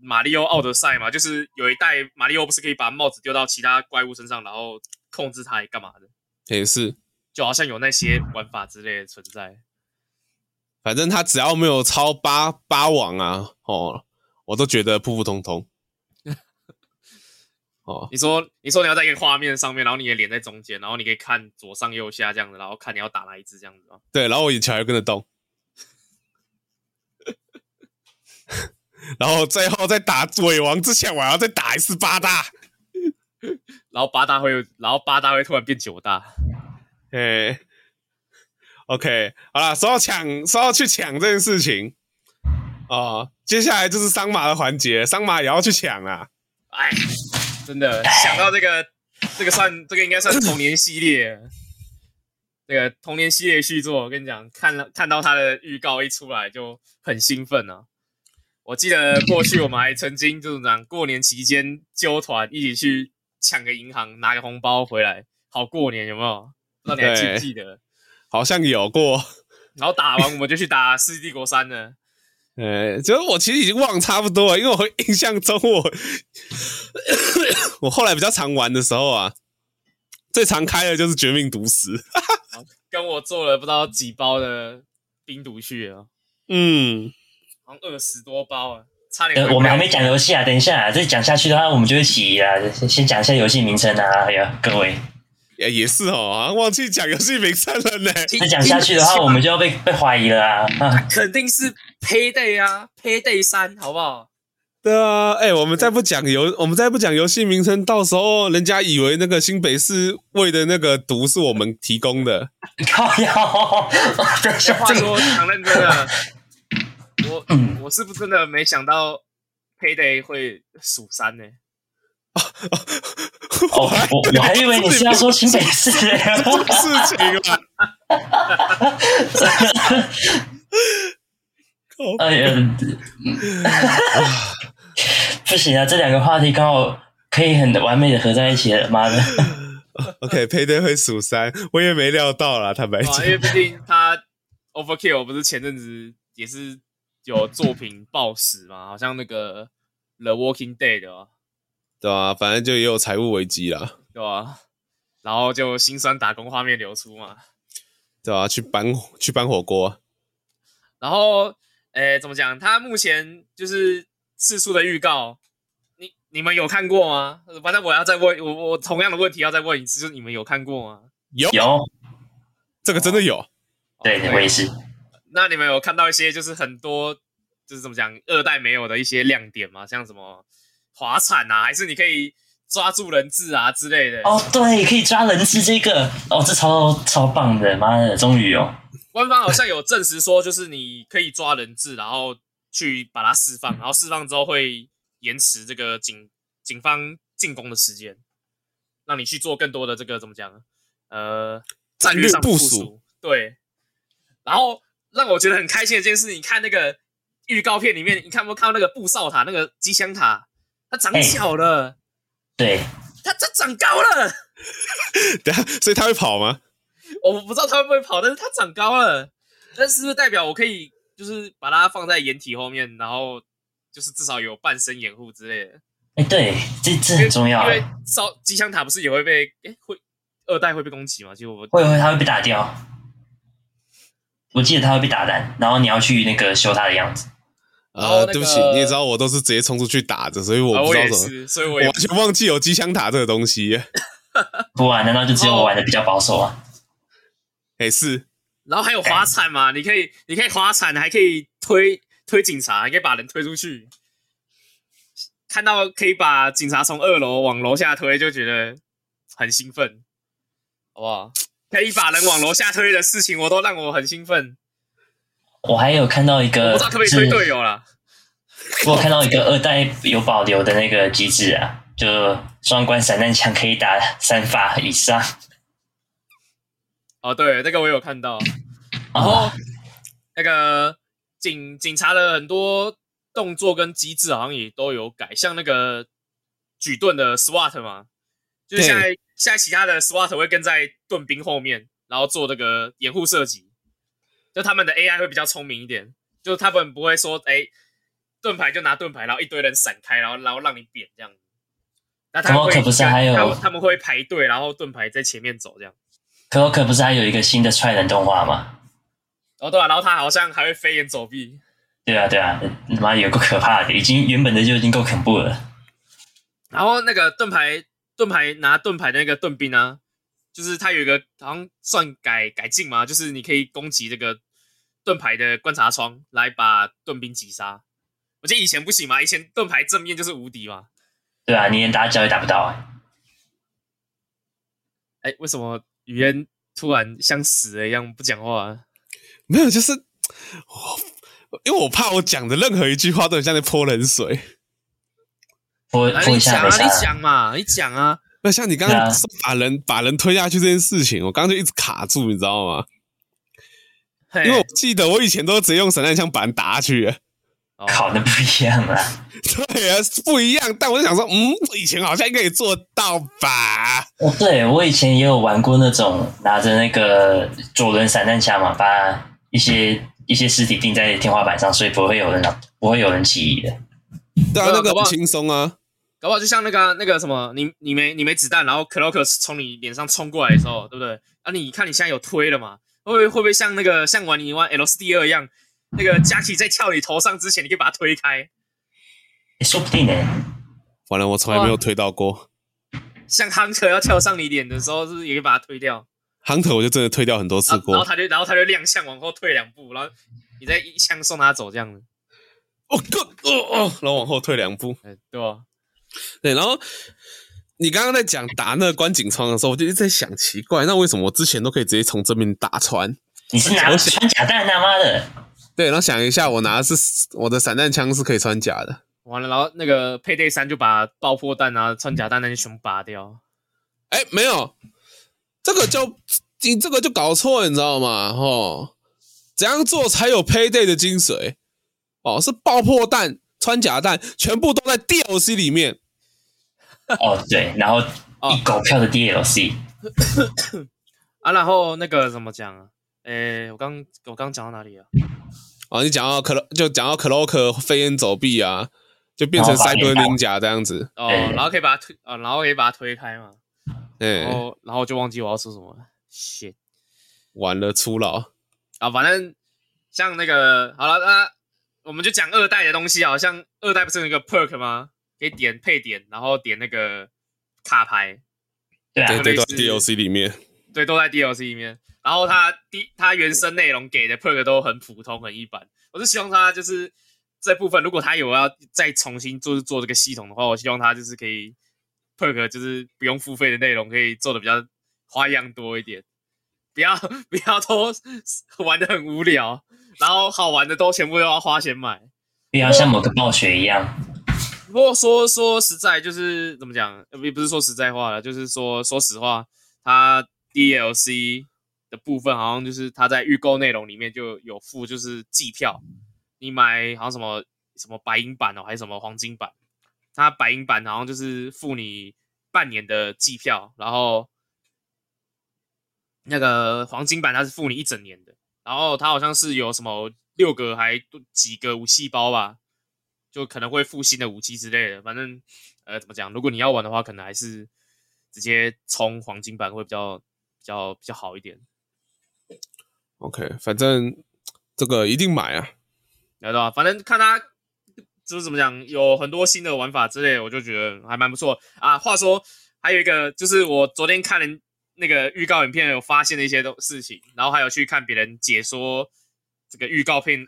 Speaker 2: 马里奥奥德赛》嘛，就是有一代马里奥不是可以把帽子丢到其他怪物身上，然后控制它干嘛的，
Speaker 1: 也是，
Speaker 2: 就好像有那些玩法之类的存在。
Speaker 1: 反正他只要没有超八八网啊，哦，我都觉得普普通 通。哦，
Speaker 2: 你说，你说你要在一个画面上面，然后你的脸在中间，然后你可以看左上右下这样子，然后看你要打哪一只这样子啊。
Speaker 1: 对，然后我眼球还跟着动， 然后最后在打尾王之前，我还要再打一次八大。
Speaker 2: 然后八大会，然后八大会突然变九大，
Speaker 1: 哎，OK，好啦，说到抢，说到去抢这件事情，哦，接下来就是桑麻的环节，桑麻也要去抢啦。
Speaker 2: 哎，真的想到这个，这个算这个应该算童年系列，这个童年系列续作，我跟你讲，看了看到它的预告一出来就很兴奋啊。我记得过去我们还曾经就是讲过年期间揪团一起去抢个银行拿个红包回来，好过年有没有？不知道你还记不
Speaker 1: 对
Speaker 2: 记得？
Speaker 1: 好像有过，
Speaker 2: 然后打完我们就去打《 世纪帝国三》了。
Speaker 1: 呃，就是我其实已经忘差不多了，因为我会印象中我 我后来比较常玩的时候啊，最常开的就是《绝命毒师》。
Speaker 2: 跟我做了不知道几包的冰毒去了，
Speaker 1: 嗯，
Speaker 2: 好像二十多包啊，差点、
Speaker 3: 呃，我们还没讲游戏啊，等一下、再讲下去的话，我们就会起疑啦。先先讲一下游戏名称啊，哎呀，各位，
Speaker 1: 也也是哦，好像忘记讲游戏名称了呢。
Speaker 2: 听。
Speaker 3: 再讲下去的话，我们就要被被怀疑了啊！啊，
Speaker 2: 肯定是 Payday 啊，Payday 三，好不好？
Speaker 1: 对啊，哎、我们再不讲游，我们再不讲游戏名称，到时候人家以为那个新北市喂的那个毒是我们提供的。
Speaker 3: 靠腰，等一
Speaker 2: 这
Speaker 3: 下
Speaker 2: 话
Speaker 3: 这个嗯
Speaker 2: 说讲认真 的，我我是不是真的没想到 Payday 会数三 呢？
Speaker 3: 哦，我我还以为你是要说新北市、
Speaker 1: 事情啊，
Speaker 3: 哎呀，嗯不行啊，这两个话题刚好可以很完美的合在一起了，妈的！
Speaker 1: OK，配对会数三，我也没料到啦，坦白
Speaker 3: 哎
Speaker 1: 讲
Speaker 2: 啊，因。为毕竟他 Overkill 不是前阵子也是有作品爆死嘛，好像那个 The Walking Dead 的、啊。
Speaker 1: 对啊，反正就也有财务危机啦，
Speaker 2: 对吧、然后就辛酸打工画面流出嘛。
Speaker 1: 对啊，去搬去搬火锅，
Speaker 2: 然后，诶，怎么讲？他目前就是次数的预告，你你们有看过吗？反正我要再问我我同样的问题要再问一次，就是你们有看过吗？
Speaker 1: 有
Speaker 3: 有，
Speaker 1: 这个真的有，
Speaker 3: 对
Speaker 2: 哦
Speaker 3: 我也是。
Speaker 2: 那你们有看到一些就是很多就是怎么讲二代没有的一些亮点吗？像什么滑铲啊，还是你可以抓住人质啊之类的？
Speaker 3: 哦，对，可以抓人质这个，哦，这超超棒的，妈的，终于有。
Speaker 2: 官方好像有证实说，就是你可以抓人质，然后去把它释放，然后释放之后会延迟这个警警方进攻的时间，让你去做更多的这个怎么讲？啊呃，
Speaker 1: 战略
Speaker 2: 上的
Speaker 1: 部
Speaker 2: 署
Speaker 1: 署。
Speaker 2: 对，然后让我觉得很开心的一件事，你看那个预告片里面，你看有没有看到那个布哨塔、那个机枪塔，它长
Speaker 3: 哎
Speaker 2: 小了，
Speaker 3: 对，
Speaker 2: 它它长高了。
Speaker 1: 等下，所以他会跑吗？
Speaker 2: 我不知道它会不会跑，但是它长高了，但是不是代表我可以就是把它放在掩体后面，然后就是至少有半身掩护之类的？
Speaker 3: 哎，对，这这
Speaker 2: 因为
Speaker 3: 很重要
Speaker 2: 因。为烧机枪塔不是也会被诶会二代会被攻击吗？其实我
Speaker 3: 会不会他会被打掉？我记得他会被打烂，然后你要去那个修他的样子。
Speaker 2: 然哦后那
Speaker 1: 啊，
Speaker 2: 个
Speaker 1: 对不起，你也知道我都是直接冲出去打的，所以我
Speaker 2: 啊
Speaker 1: 不
Speaker 2: 我
Speaker 1: 知道
Speaker 2: 也
Speaker 1: 怎么，
Speaker 2: 是，所以
Speaker 1: 我
Speaker 2: 我也
Speaker 1: 完全忘记有机枪塔这个东西。
Speaker 3: 不然难道就只
Speaker 2: 哦
Speaker 3: 有我玩的比较保守啊？
Speaker 1: 哎，是
Speaker 2: 然后还有滑铲嘛，你可以你可以滑铲，还可以推推警察，你可以把人推出去。看到可以把警察从二楼往楼下推，就觉得很兴奋，好不好？可以把人往楼下推的事情，我都让我很兴奋。
Speaker 3: 我还有看到一
Speaker 2: 我
Speaker 3: 个，
Speaker 2: 不知道可不可以推队友啦。
Speaker 3: 是我有看到一个二代有保留的那个机制啊，就双管散弹枪可以打三发以上。
Speaker 2: 哦，对，那个我有看到。然后
Speaker 3: 哦，
Speaker 2: 那个警警察的很多动作跟机制好像也都有改，像那个举盾的 SWAT 嘛，就是
Speaker 1: 对
Speaker 2: 现在现在其他的 SWAT 会跟在盾兵后面，然后做这个掩护射击，就他们的 AI 会比较聪明一点，就他们不会说哎盾牌就拿盾牌，然后一堆人闪开，然后然后让你扁这样。那他们
Speaker 3: 怎么
Speaker 2: 会
Speaker 3: 哦可不是啊还有
Speaker 2: 他们他们会排队，然后盾牌在前面走这样。
Speaker 3: 可口可不是还有一个新的踹人动画吗？
Speaker 2: 哦，对啊，然后他好像还会飞檐走壁，
Speaker 3: 对啊，对啊，他妈有够可怕的，已经原本的就已经够恐怖了。
Speaker 2: 然后那个盾牌盾牌拿盾牌的那个盾兵啊，就是他有一个好像算改改进嘛，就是你可以攻击这个盾牌的观察窗来把盾兵击杀。我记得以前不行嘛，以前盾牌正面就是无敌嘛。
Speaker 3: 对啊，你连打脚也打不到、啊。
Speaker 2: 哎，为什么语言突然像死了一样不讲话、啊？
Speaker 1: 没有，就是我，因为我怕我讲的任何一句话都很像在泼冷水。
Speaker 3: 泼
Speaker 2: 啊
Speaker 3: 泼
Speaker 2: 你
Speaker 3: 一下没
Speaker 2: 讲啊，
Speaker 3: 啥
Speaker 2: 你
Speaker 3: 啊。
Speaker 2: 讲嘛，你讲啊。
Speaker 1: 那像你刚刚
Speaker 3: 对啊
Speaker 1: 说把人、把人推下去这件事情，我刚刚就一直卡住，你知道吗？
Speaker 2: 嘿
Speaker 1: 因为我记得我以前都直接用散弹枪把人打下去 了。
Speaker 2: 哦
Speaker 3: 考的不一样啊。
Speaker 1: 对啊，不一样。但我就想说，嗯，我以前好像应该也做到吧？
Speaker 3: 哦，对我以前也有玩过那种拿着那个左轮散弹枪嘛，把一些一些尸体钉在天花板上，所以不会有人不会有人起疑的。
Speaker 1: 对啊，
Speaker 2: 对啊
Speaker 1: 那个
Speaker 2: 搞不
Speaker 1: 很
Speaker 2: 好
Speaker 1: 轻松啊。
Speaker 2: 搞不好就像那个啊、那个什么，你你没你没子弹，然后 Clokus 从你脸上冲过来的时候，对不对？啊，你看你现在有推了嘛？会不会会不会像那个像玩你玩 L 四 D 二一样，那个佳琪在跳你头上之前，你可以把它推开，
Speaker 3: 诶说不定呢、
Speaker 1: 完了，我从来没有推到过。
Speaker 2: 像 Hunter 要跳上你脸的时候，是不是也可以把它推掉？
Speaker 1: Hunter 我就真的推掉很多次
Speaker 2: 然后然
Speaker 1: 过。
Speaker 2: 后他就然后他就踉跄往后退两步，然后你再一枪送他走这样子，
Speaker 1: 哦，哥，哦哦，然后往后退两步。
Speaker 2: 哎，对吧？
Speaker 1: 对，然后你刚刚在讲打那个观景窗的时候，我就一直在想，奇怪，那为什么我之前都可以直接从正面打穿？
Speaker 3: 你是啊拿
Speaker 1: 我想
Speaker 3: 穿甲弹他妈的？
Speaker 1: 对，然后想一下，我拿的是我的散弹枪是可以穿甲的。
Speaker 2: 完了，然后那个配对三就把爆破弹啊、穿甲弹那些全部拔掉。
Speaker 1: 哎，没有，这个就你这个就搞错了，你知道吗？吼，怎样做才有 payday 的精髓？哦，是爆破弹、穿甲弹，全部都在 DLC 里面。
Speaker 3: 哦，对，然后一狗票的 DLC，
Speaker 2: 啊，然后那个怎么讲啊？诶，我刚我刚讲到哪里啊？
Speaker 1: 哦，你讲到克洛，就讲到克洛克飞檐走壁啊，就变成
Speaker 3: 然后把
Speaker 1: 塞
Speaker 3: 你
Speaker 1: 格
Speaker 3: 打
Speaker 1: 林甲这样子。
Speaker 2: 哦，
Speaker 3: 对
Speaker 2: 然后可以把它推，啊，然后可以把它推开嘛，
Speaker 1: 哎、
Speaker 2: 然后然后我就忘记我要说什么了，shit 啊
Speaker 1: 完了，初老。
Speaker 2: 啊，反正像那个好了，那我们就讲二代的东西啊，好像二代不是有一个 perk 吗？可以点配点，然后点那个卡牌，
Speaker 3: 对
Speaker 1: 对
Speaker 3: 啊，
Speaker 1: 对，
Speaker 2: 类
Speaker 1: 到
Speaker 2: 似
Speaker 1: DLC 里面，
Speaker 2: 对，都在 DLC 里面。然后它第它原生内容给的 perk 都很普通，很一般。我是希望它就是这部分，如果它有要再重新做做这个系统的话，我希望它就是可以 perk 就是不用付费的内容，可以做的比较花样多一点，不要不要都 玩的很无聊，然后好玩的都全部都要花钱买。
Speaker 3: 不要像某个暴雪一样，
Speaker 2: 不过说说实在，就是怎么讲，呃也不是说实在话了，就是说说实话，它 DLC 的部分好像就是它在预购内容里面就有附，就是季票，你买好像什么什么白银版哦，还是什么黄金版，它白银版好像就是付你半年的季票，然后那个黄金版它是付你一整年的，然后它好像是有什么六个还多几个武器包吧，就可能会附新的武器之类的。反正呃，怎么讲？如果你要玩的话，可能还是直接冲黄金版会比较比较比较好一点。
Speaker 1: OK，反正这个一定买啊。
Speaker 2: 聊到，反正看他就是怎么讲，有很多新的玩法之类的，我就觉得还蛮不错啊。话说，还有一个就是我昨天看人那个预告影片，有发现的一些东事情，然后还有去看别人解说这个预告片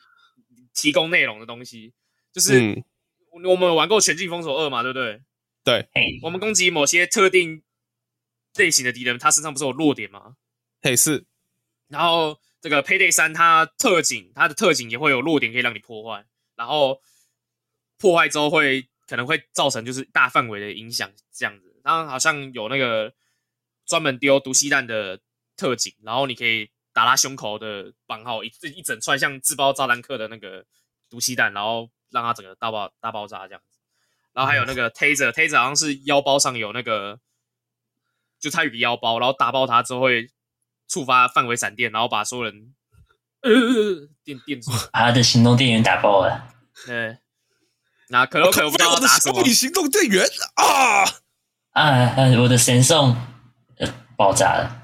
Speaker 2: 提供内容的东西，就是、
Speaker 1: 嗯，
Speaker 2: 我们有玩过《全境封锁二》嘛，对不对？
Speaker 3: 嘿，
Speaker 2: 我们攻击某些特定类型的敌人，他身上不是有弱点吗？
Speaker 1: 嘿是，
Speaker 2: 然后这个 Payday 三它特警，它的特警也会有弱点可以让你破坏，然后破坏之后会可能会造成就是大范围的影响这样子。然后好像有那个专门丢毒气弹的特警，然后你可以打他胸口的绑号一一一整串像自爆炸弹客的那个毒气弹，然后让他整个大爆大爆炸这样子。然后还有那个 Taser，Taser 好像是腰包上有那个，就他有个腰包，然后打爆他之后会触发范围闪电，然后把所有人呃电 电住。
Speaker 3: 把他的行动电源打爆了。
Speaker 2: 对，那可乐可乐不知道要
Speaker 1: 我的
Speaker 2: 打什
Speaker 1: 小
Speaker 2: 么
Speaker 1: 米，行动电源啊！
Speaker 3: 啊，啊我的神送呃爆炸了，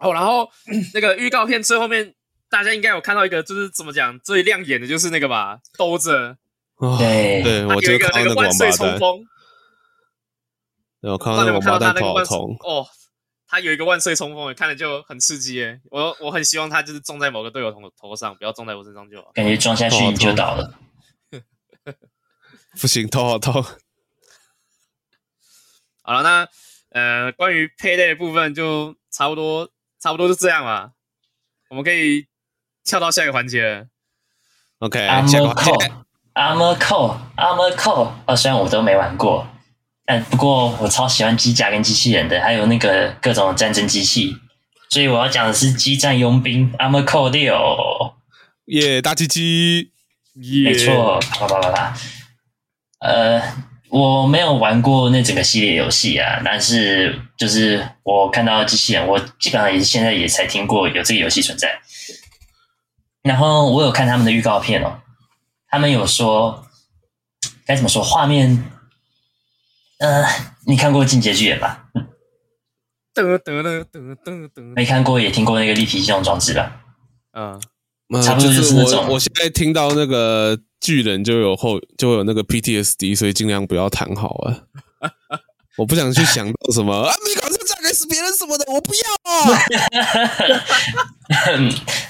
Speaker 2: 哦，然后那个预告片最后面， 大家应该有看到一个，就是怎么讲最亮眼的就是那个吧，兜着，
Speaker 1: 啊
Speaker 3: 哦对
Speaker 1: 对，
Speaker 2: 他
Speaker 1: 我
Speaker 2: 有
Speaker 1: 就
Speaker 2: 一个
Speaker 1: 看到个
Speaker 2: 那个万
Speaker 1: 王八
Speaker 2: 岁冲
Speaker 1: 蛋，
Speaker 2: 锋，
Speaker 1: 对我
Speaker 2: 不
Speaker 1: 看
Speaker 2: 知
Speaker 1: 到那个王八
Speaker 2: 道你们看到他
Speaker 1: 蛋
Speaker 2: 那个
Speaker 1: 头好
Speaker 2: 万岁
Speaker 1: 痛。
Speaker 2: 哦，他有一个万岁冲锋，看了就很刺激耶。我我很希望他就是中在某个队友头头上，不要中在我身上就好。
Speaker 3: 感觉撞下去
Speaker 1: 爆
Speaker 3: 你就
Speaker 1: 头
Speaker 3: 倒了。
Speaker 1: 不行，头好痛。
Speaker 2: 好了，那呃，关于配对的部分就差不多，差不多就这样了。我们可以跳到下一个环节了。
Speaker 1: OK，
Speaker 3: 阿
Speaker 1: 下一个
Speaker 3: 莫
Speaker 1: 环节
Speaker 3: 扣，阿莫扣，阿莫扣。啊，虽然我都没玩过，但不过我超喜欢机甲跟机器人的，还有那个各种战争机器。所以我要讲的是激战佣兵阿莫扣六。
Speaker 1: 耶，大鸡鸡。
Speaker 3: 没错，啪啪啪啪啪。呃，我没有玩过那整个系列游戏啊，但是就是我看到机器人，我基本上也是现在也才听过有这个游戏存在。然后我有看他们的预告片哦，他们有说该怎么说画面，呃，你看过《进阶巨人》吧？
Speaker 2: 得得得得得得，
Speaker 3: 没看过也听过那个立体机动装置吧？
Speaker 2: 嗯，
Speaker 1: 嗯
Speaker 3: 差不多
Speaker 1: 就
Speaker 3: 就是那种
Speaker 1: 我，我现在听到那个巨人就有后就会有那个 PTSD，所以尽量不要谈好了。我不想去想到什么啊，你搞成嫁给是别人什么的，我不 要啊！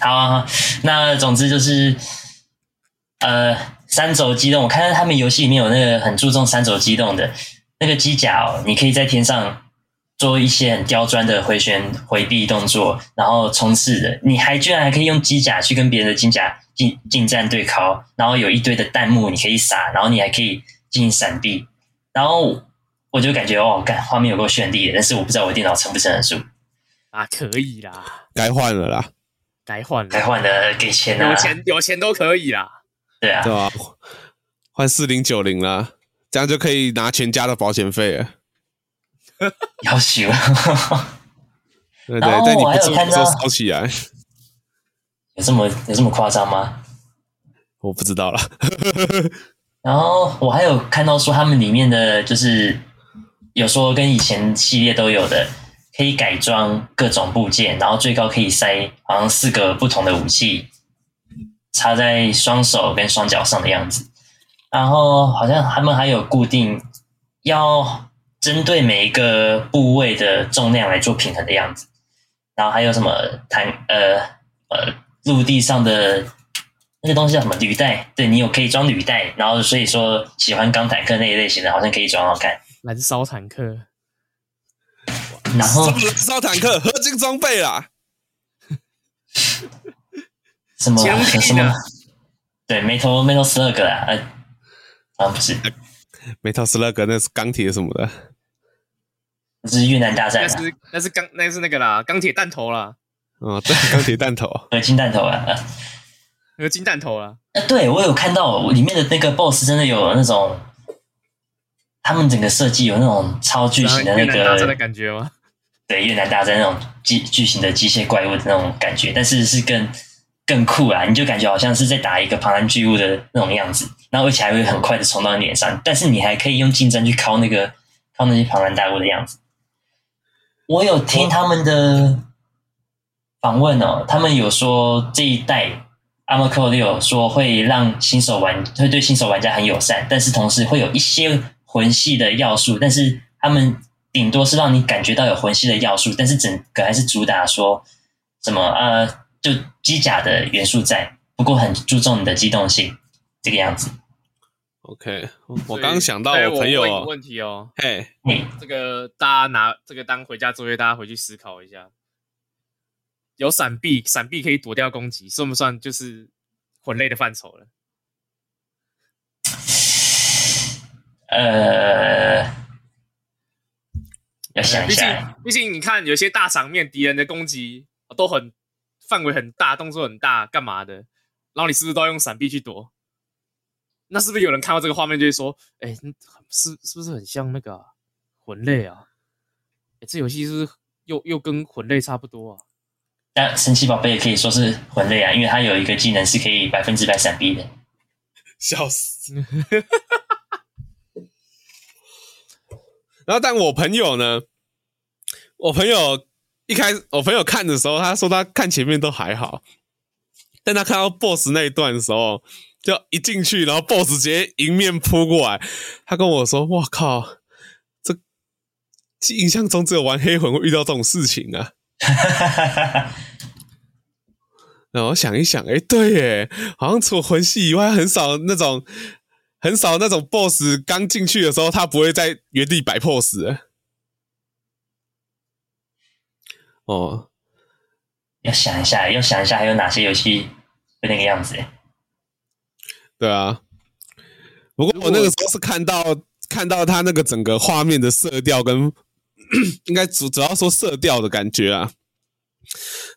Speaker 3: 好啊，好那总之就是，呃，三轴机动，我看到他们游戏里面有那个很注重三轴机动的那个机甲哦，你可以在天上做一些很刁钻的回旋回避动作，然后冲刺的，你还居然还可以用机甲去跟别人的机甲近近战对抗，然后有一堆的弹幕你可以撒，然后你还可以进行闪避，然后我就感觉哦，干画面有够绚丽的，但是我不知道我电脑撑不撑得住，
Speaker 2: 啊，可以啦，
Speaker 1: 该换了啦，
Speaker 2: 该换
Speaker 3: 该
Speaker 2: 了，
Speaker 3: 换的给钱啊
Speaker 2: 有，钱有钱都可以啦。
Speaker 3: 对 啊
Speaker 1: 对，吧？换四零九零啦，这样就可以拿全家的保险费了。
Speaker 3: 要求。
Speaker 1: 对
Speaker 3: 然
Speaker 1: 对，
Speaker 3: 后
Speaker 1: 在你
Speaker 3: 我还
Speaker 1: 不
Speaker 3: 有
Speaker 1: 注意
Speaker 3: 看
Speaker 1: 的时候
Speaker 3: 到
Speaker 1: 烧起来，
Speaker 3: 有这么有这么夸张吗？
Speaker 1: 我不知道啦。
Speaker 3: 然后我还有看到说他们里面的就是有说跟以前系列都有的，可以改装各种部件，然后最高可以塞好像四个不同的武器，插在双手跟双脚上的样子。然后好像他们还有固定要针对每一个部位的重量来做平衡的样子。然后还有什么弹呃呃陆地上的呃那个东西叫什么履带？对你有可以装履带，然后所以说喜欢钢坦克那一类型的，好像可以装装看。
Speaker 2: 燃烧坦克，
Speaker 3: 然后
Speaker 1: 烧烧坦克合金装备啦，
Speaker 3: 什么
Speaker 2: 强力的
Speaker 3: 什么？对，Metal Metal Slug 啦，呃，啊不
Speaker 2: 呃
Speaker 3: 是，
Speaker 1: Metal Slug 那是钢铁什么的，
Speaker 3: 这是越南大战
Speaker 2: 那
Speaker 3: 啊，
Speaker 2: 是那是钢那是那个啦，钢铁弹头啦，
Speaker 1: 嗯，对，钢铁弹头，
Speaker 3: 合金弹头啊。呃
Speaker 2: 合金弹头啦，
Speaker 3: 呃，对我有看到里面的那个 BOSS 真的有那种，他们整个设计有那种超巨型的
Speaker 2: 越
Speaker 3: 那
Speaker 2: 南大战
Speaker 3: 个，
Speaker 2: 的感觉吗？
Speaker 3: 对越南大战那种巨巨型的机械怪物的那种感觉，但是是更更酷啊！你就感觉好像是在打一个庞然巨物的那种样子，然后而且还会很快的冲到你脸上，但是你还可以用近战去敲那个敲那些庞然大物的样子。我有听他们的访问哦，他们有说这一代 a m a c o 六说会让新手玩会对新手玩家很友善，但是同时会有一些魂系的要素，但是他们顶多是让你感觉到有魂系的要素，但是整个还是主打说什么呃，就机甲的元素在，不过很注重你的机动性这个样子。
Speaker 1: OK，
Speaker 2: 所
Speaker 1: 我
Speaker 2: 以
Speaker 1: 刚想到
Speaker 2: 哎
Speaker 1: 我朋友
Speaker 2: 问一个
Speaker 1: 哦，
Speaker 2: 问题哦，
Speaker 1: 嘿，
Speaker 3: 嘿，
Speaker 2: 这个大家拿这个当回家作业，大家回去思考一下。有闪避，闪避可以躲掉攻击，算不算就是魂类的范畴了？
Speaker 3: 呃，要想一
Speaker 2: 呃毕竟
Speaker 3: 下，，
Speaker 2: 毕竟你看有些大场面，敌人的攻击都很范围很大，动作很大，干嘛的？然后你是不是都要用闪避去躲？那是不是有人看到这个画面就会说：“哎、嗯是是不是很像那个啊、魂类啊？哎，这游戏是不是又又跟魂类差不多啊？”
Speaker 3: 那神奇宝贝也可以说是魂类啊，因为它有一个技能是可以百分之百闪避的。
Speaker 1: 笑死。然后，但我朋友呢，我朋友一开始我朋友看的时候，他说他看前面都还好，但他看到 BOSS 那一段的时候，就一进去，然后 BOSS 直接迎面扑过来，他跟我说：“哇靠，这印象中只有玩黑魂会遇到这种事情啊。”然后想一想，哎，对耶，好像除了魂系以外，很少那种很少那种 BOSS 刚进去的时候，他不会在原地摆 pose 的。哦，
Speaker 3: 要想一下，要想一下，还有哪些游戏会那个样子？
Speaker 1: 对啊。不过我那个时候是看到看到他那个整个画面的色调跟， 应该主主要说色调的感觉啊，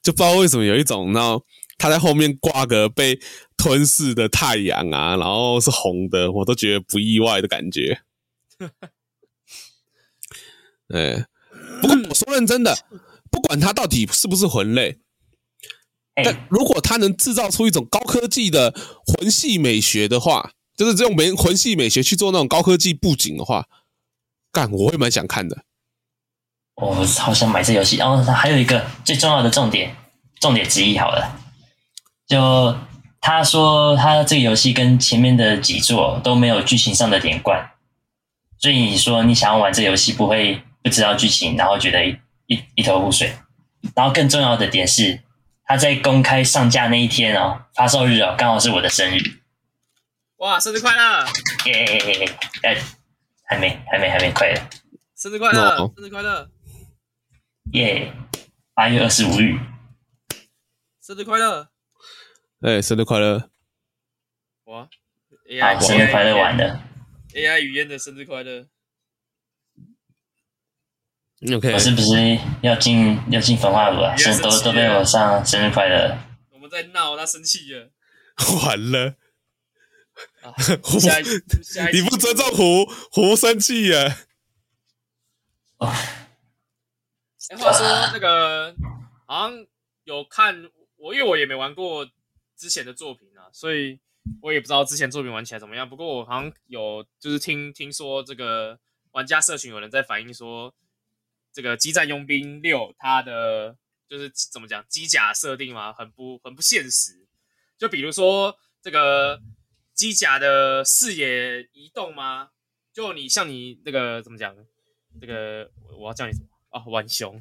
Speaker 1: 就不知道为什么有一种然后他在后面挂个被吞噬的太阳啊，然后是红的，我都觉得不意外的感觉。哎，不过我说认真的，不管它到底是不是魂类，
Speaker 3: 哎、
Speaker 1: 但如果他能制造出一种高科技的魂系美学的话，就是用美魂系美学去做那种高科技布景的话，干我会蛮想看的。
Speaker 3: 我好想买这游戏。然、后还有一个最重要的重点，重点之一好了，就他说他这个游戏跟前面的几座都没有剧情上的连贯，所以你说你想要玩这游戏不会不知道剧情，然后觉得一一一头雾水。然后更重要的点是，他在公开上架那一天哦，发售日哦，刚好是我的生日，
Speaker 2: 哇，生日快乐！
Speaker 3: 耶、哎，还没，还没，还没，快了。
Speaker 2: 生日快乐
Speaker 1: No
Speaker 2: 生日快乐，
Speaker 3: 耶！八月二十五日，
Speaker 2: 生日快乐！
Speaker 1: 哎、生日快乐！
Speaker 2: 哇
Speaker 3: 好，
Speaker 2: ，AI
Speaker 3: 生啊日快乐晚了。
Speaker 2: ，AI 语言的生日快乐，
Speaker 1: OK，
Speaker 3: 我是不是要进要进焚化炉啊？
Speaker 2: 也
Speaker 3: 生
Speaker 2: 是
Speaker 3: 都
Speaker 2: 七
Speaker 3: 都
Speaker 2: 月
Speaker 3: 被我上生日快乐。
Speaker 2: 我们在闹，他生气了
Speaker 1: 完了，
Speaker 2: 啊！
Speaker 1: 胡
Speaker 2: 下一下一集
Speaker 1: 你不尊重胡胡生气啊了。
Speaker 2: 哎、话说那个好像有看我，因为我也没玩过之前的作品啊，所以我也不知道之前作品玩起来怎么样。不过我好像有就是听听说这个玩家社群有人在反映说，这个《激战佣兵六》它的就是怎么讲机甲设定嘛，很不很不现实。就比如说这个机甲的视野移动吗？就你像你那个怎么讲？这个我我要叫你什么啊？浣熊。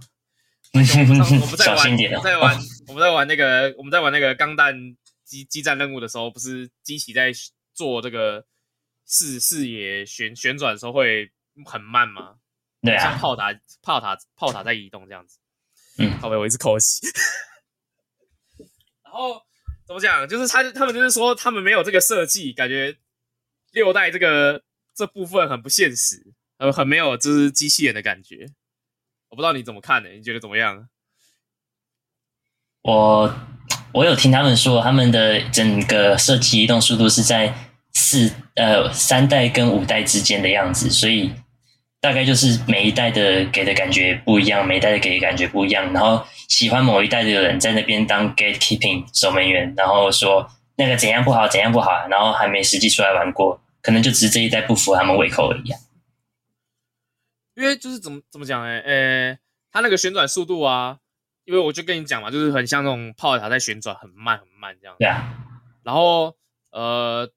Speaker 2: 我们在
Speaker 3: 小
Speaker 2: 玩，
Speaker 3: 心点
Speaker 2: 我
Speaker 3: 哦
Speaker 2: 们在玩，我们在玩那个，我们在玩那个钢弹机机战任务的时候，不是机器在做这个视视野旋旋转的时候会很慢吗？
Speaker 3: 对
Speaker 2: 像
Speaker 3: 啊，
Speaker 2: 炮塔、炮塔、炮塔在移动这样子。
Speaker 3: 嗯
Speaker 2: 好呗，我一直口气。 然后怎么讲？就是他他们就是说他们没有这个设计，感觉六代这个这部分很不现实，呃，很没有就是机器人的感觉。我不知道你怎么看呢、你觉得怎么样？
Speaker 3: 我我有听他们说，他们的整个设计移动速度是在四呃三代跟五代之间的样子，所以大概就是每一代的给的感觉不一样，每一代的给的感觉不一样。然后喜欢某一代的人在那边当 gatekeeping 守门员，然后说那个怎样不好，怎样不好，然后还没实际出来玩过，可能就只是这一代不符合他们胃口而已啊。
Speaker 2: 因为就是怎么怎么讲呢？呃，它那个旋转速度啊，因为我就跟你讲嘛，就是很像那种炮塔在旋转，很慢很慢这样。
Speaker 3: 对啊，
Speaker 2: 然后呃，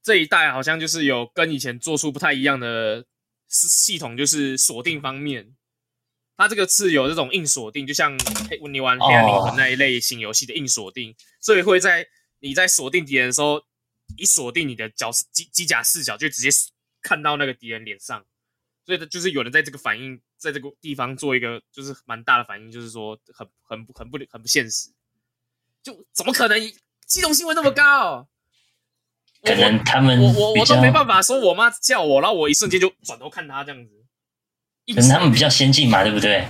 Speaker 2: 这一代好像就是有跟以前做出不太一样的系系统，就是锁定方面，它这个是有这种硬锁定，就像黑你玩黑暗灵魂那一类型游戏的硬锁定，所以会在你在锁定敌人的时候，一锁定你的脚机机甲视角，就直接看到那个敌人脸上，所以它就是有人在这个反应。在这个地方做一个就是蛮大的反应，就是说很很不很不很不现实，就怎么可能机动性会那么高？我
Speaker 3: 可能他们
Speaker 2: 我我
Speaker 3: 比
Speaker 2: 我
Speaker 3: 较
Speaker 2: 都没办法说，我妈叫我，然后我一瞬间就转头看她这样子。一
Speaker 3: 可能他们比较先进嘛，对不对？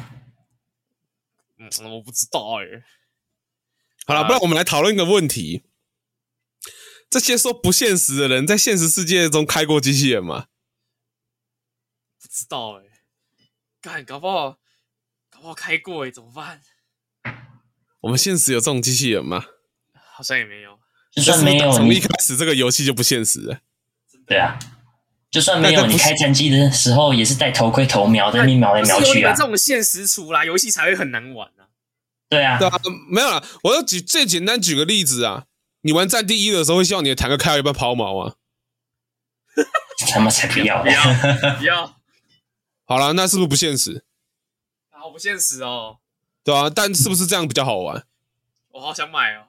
Speaker 2: 嗯，我不知道哎、
Speaker 1: 好了，
Speaker 2: 啊
Speaker 1: 不然我们来讨论一个问题：这些说不现实的人，在现实世界中开过机器人吗？
Speaker 2: 不知道哎、干，搞不好搞不好开过哎、怎么办？
Speaker 1: 我们现实有这种机器人吗？
Speaker 2: 好像也没有。
Speaker 3: 就算没有，
Speaker 1: 从
Speaker 3: 你
Speaker 1: 一开始这个游戏就不现实了。
Speaker 3: 对啊，就算没
Speaker 1: 但
Speaker 3: 有
Speaker 1: 但
Speaker 3: 你
Speaker 1: 不是
Speaker 3: 开战机的时候，也是戴头盔头瞄，在那边瞄来
Speaker 2: 哎不是
Speaker 3: 瞄
Speaker 2: 有你
Speaker 3: 去啊
Speaker 2: 们这。种现实出来，游戏才会很难玩啊。
Speaker 3: 对啊
Speaker 1: 对，啊，没有啦，我要举最简单举个例子啊，你玩战地一的时候，会希望你的坦克开到一半抛锚啊。
Speaker 3: 他妈才不要
Speaker 2: 不！要 不要，
Speaker 1: 好了，那是不是不现实？
Speaker 2: 好不现实哦。
Speaker 1: 对啊，但是不是这样比较好玩？
Speaker 2: 我好想买哦。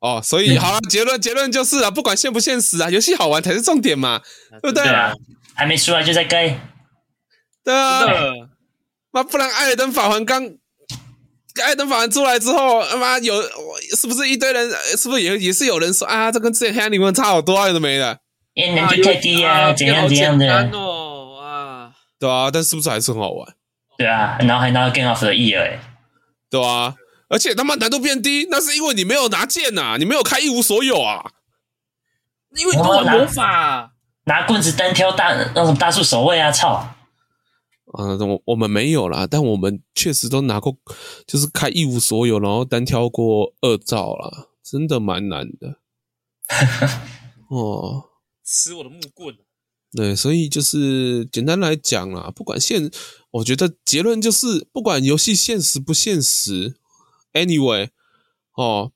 Speaker 1: 哦，所以
Speaker 3: 嗯
Speaker 1: 好了，结论结论就是啊，不管现不现实啊，游戏好玩才是重点嘛，对不对
Speaker 3: 对啊，还没出来就在哎盖，
Speaker 1: 对啊
Speaker 2: 真，的，
Speaker 1: 那不然《艾尔登法环》刚，《艾尔登法环》出来之后，他妈有是不是一堆人？呃是不是也也是有人说啊，这跟之前《黑暗灵魂》差好多啊，有的没的，
Speaker 3: 哎，能力太低啊，怎样怎样
Speaker 2: 好简单
Speaker 3: 的，
Speaker 2: 哦啊。
Speaker 1: 对啊，但是不是还是很好玩，
Speaker 3: 对啊，然后还拿到 Game of the Year，哎，
Speaker 1: 对啊，而且他妈难度变低，那是因为你没有拿剑呐、你没有开一无所有啊，
Speaker 2: 因为你都玩魔法，
Speaker 3: 拿棍子单挑大那种大树守卫啊，操！
Speaker 1: 啊，我我们没有啦，但我们确实都拿过，就是开一无所有，然后单挑过二兆啦，真的蛮难的，哦。
Speaker 2: 吃我的木棍。
Speaker 1: 对，所以就是简单来讲啦，不管现，我觉得结论就是，不管游戏现实不现实，anyway，哦，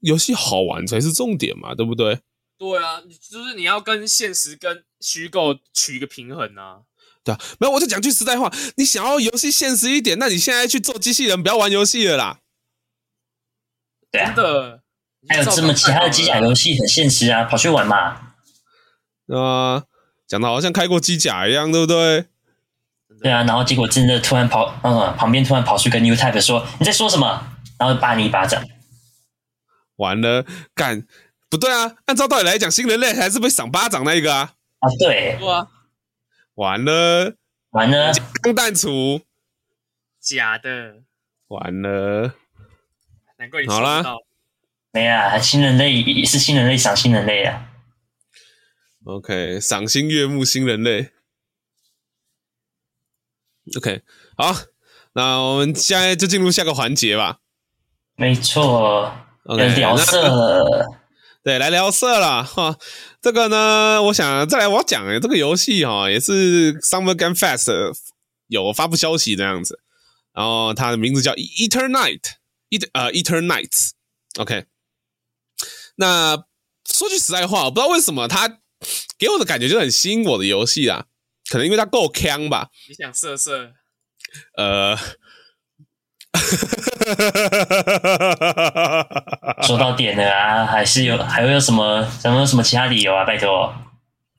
Speaker 1: 游戏好玩才是重点嘛，对不对？
Speaker 2: 对啊，你就是你要跟现实跟虚构取一个平衡啊。
Speaker 1: 对啊，没有，我就讲句实在话，你想要游戏现实一点，那你现在去做机器人，不要玩游戏了啦。
Speaker 3: 对啊
Speaker 2: 真，的，
Speaker 3: 还有这么其他的机甲游戏很现实啊，跑去玩嘛。
Speaker 1: 啊、讲的好像开过机甲一样，对不对？
Speaker 3: 对啊，然后结果真的突然跑，嗯，旁边突然跑出个 New Type 说你在说什么，然后扒你一巴掌。
Speaker 1: 完了，干不对啊！按照道理来讲，新人类还是被赏巴掌那一个啊。
Speaker 3: 啊，对，
Speaker 2: 对啊，
Speaker 1: 完了，
Speaker 3: 完了，
Speaker 1: 钢弹厨，
Speaker 2: 假的，
Speaker 1: 完了。
Speaker 2: 难怪你
Speaker 1: 好啦
Speaker 2: 收不到
Speaker 3: 没啊，新人类也是新人类赏新人类啊。
Speaker 1: OK，赏心悦目新人类。OK，好，那我们现在就进入下个环节吧。
Speaker 3: 没错，要
Speaker 1: OK，
Speaker 3: 聊
Speaker 1: 那
Speaker 3: 色，
Speaker 1: 对，来聊色啦。哈。这个呢，我想再来我要讲诶，这个游戏哈也是 Summer Game Fest 有发布消息这样子，然后它的名字叫 Eternite，E 呃 Eternite。OK，那说句实在话，我不知道为什么它给我的感觉就很吸引我的游戏啊，可能因为它够强吧。
Speaker 2: 你想色色，
Speaker 1: 呃，
Speaker 3: 说到点了啊，还是有还会有什么有没有什么其他理由啊？拜托，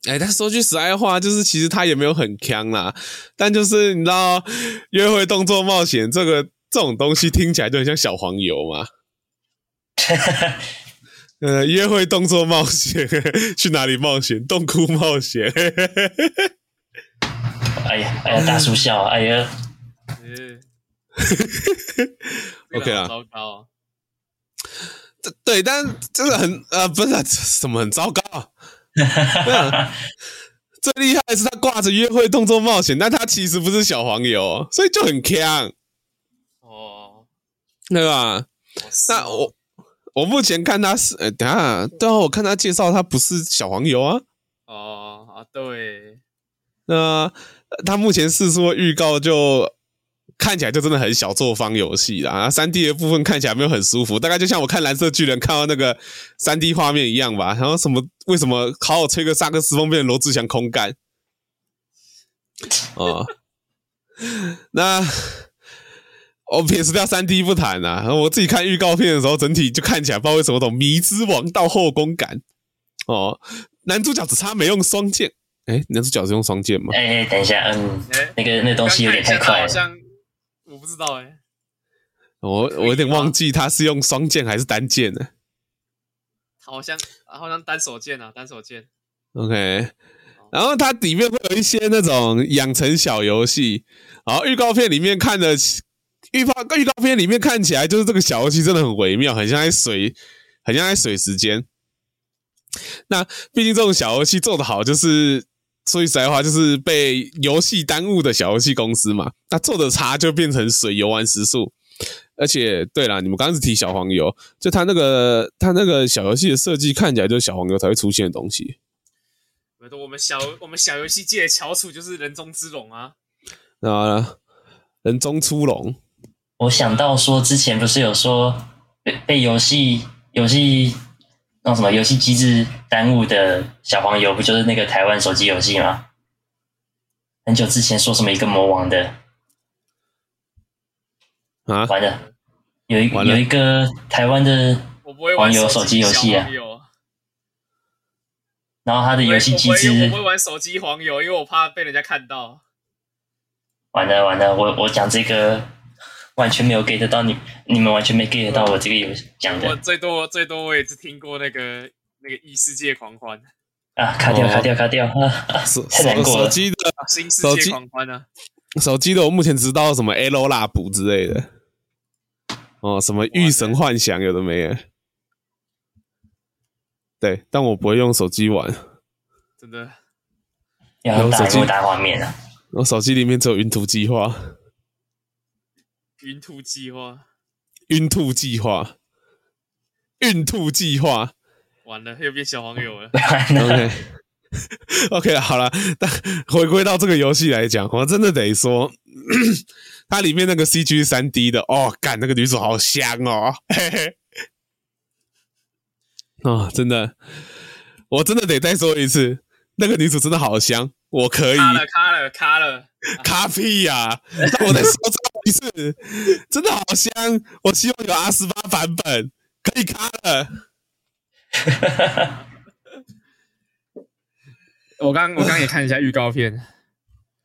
Speaker 1: 哎，但说句实在话，就是其实它也没有很强啦，但就是你知道，约会动作冒险这个这种东西听起来就很像小黄油嘛。呃，约会动作冒险， 去哪里冒险？洞窟冒险。
Speaker 3: 哎呀哎呀，大叔笑，哎呀，
Speaker 2: 嗯
Speaker 1: OK 啊
Speaker 2: 糟糕，
Speaker 1: 对，但真的很呃，不是啊这什么很糟糕啊。对啊最厉害的是他挂着约会动作冒险，但他其实不是小黄油，所以就很强，
Speaker 2: 哦，
Speaker 1: 对吧？
Speaker 2: 我是
Speaker 1: 那我我目前看他是，呃，等一下，对啊，我看他介绍他不是小黄油啊，
Speaker 2: 哦啊，对，
Speaker 1: 那、他目前试出的预告就看起来就真的很小作坊游戏啦，啊三 D 的部分看起来没有很舒服，大概就像我看蓝色巨人看到那个三 D 画面一样吧。然后什么为什么好好吹个萨克斯风变成罗志祥空干？哦，那我撇除掉三 D 不谈啊，我自己看预告片的时候，整体就看起来不知道为什么有种迷之王道后宫感。哦，男主角只差没用双剑，诶，男主角是用双剑吗？
Speaker 3: 哎哎，等一下，嗯，
Speaker 2: 哎，
Speaker 3: 那个那个东西有点太
Speaker 2: 刚看
Speaker 3: 快
Speaker 2: 一
Speaker 3: 了，
Speaker 2: 下它好像我不知道哎，
Speaker 1: 我我有点忘记他是用双剑还是单剑了。
Speaker 2: 好像好像单手剑啊，单手剑，
Speaker 1: OK，然后它里面会有一些那种养成小游戏，然后预告片里面看的预告预告片里面看起来就是这个小游戏真的很微妙，很像在水，很像在水时间。那毕竟这种小游戏做得好，就是说句实在话，就是被游戏耽误的小游戏公司嘛。那做的差就变成水游玩时速。而且，对啦，你们刚刚是提小黄油，就它那个它那个小游戏的设计看起来就是小黄油才会出现的东西。
Speaker 2: 我们我们小我们小游戏界的翘楚就是人中之龙啊，
Speaker 1: 啊，人中出笼，
Speaker 3: 我想到说，之前不是有说被被游戏游戏那种什么游戏机制耽误的小黄油，不就是那个台湾手机游戏吗？很久之前说什么一个魔王的，
Speaker 1: 啊，
Speaker 3: 完了，有一
Speaker 1: 完了
Speaker 3: 有一个台湾的，
Speaker 2: 我不会玩
Speaker 3: 网友手机游戏啊
Speaker 2: 小网友
Speaker 3: 然后他的
Speaker 2: 我
Speaker 3: 游戏机
Speaker 2: 不会我
Speaker 3: 制
Speaker 2: 不会玩手机黄油，因为我怕被人家看到。
Speaker 3: 完了完了，我我讲这个完全没有 get 到你，你们完全没 get 到我这个游戏讲
Speaker 2: 哦我
Speaker 3: 的
Speaker 2: 最多最多我也只听过那个那个异世界狂欢，
Speaker 3: 啊，卡掉
Speaker 1: 哦
Speaker 3: 卡掉卡掉啊！
Speaker 1: 手
Speaker 3: 太难
Speaker 1: 手
Speaker 3: 过了
Speaker 1: 手机的
Speaker 2: 新世
Speaker 1: 手
Speaker 2: 界
Speaker 1: 机
Speaker 2: 狂欢啊，
Speaker 1: 手机的，我目前知道什么 L 拉补之类的，哦，什么御神幻想有的没的，对，但我不会用手机玩，
Speaker 2: 真的
Speaker 3: 要
Speaker 1: 手
Speaker 3: 打
Speaker 1: 机
Speaker 3: 给我打画面啊！。
Speaker 1: 我手机里面只有云图计划，
Speaker 2: 云图计划
Speaker 1: 云兔计划，孕兔计划
Speaker 2: 完了又变小黄油了
Speaker 3: 完了。
Speaker 1: ，OK。OK，好了，但回归到这个游戏来讲，我真的得说，它里面那个 CG 三 D 的，哦，干那个女主好香哦，嘿嘿， 哦，真的，我真的得再说一次，那个女主真的好香，我可以
Speaker 2: 卡了卡了卡了，
Speaker 1: 卡屁呀、让我再说这一次，真的好香，我希望有 R 十八版本可以卡了，
Speaker 2: 我刚我刚也看一下预告片，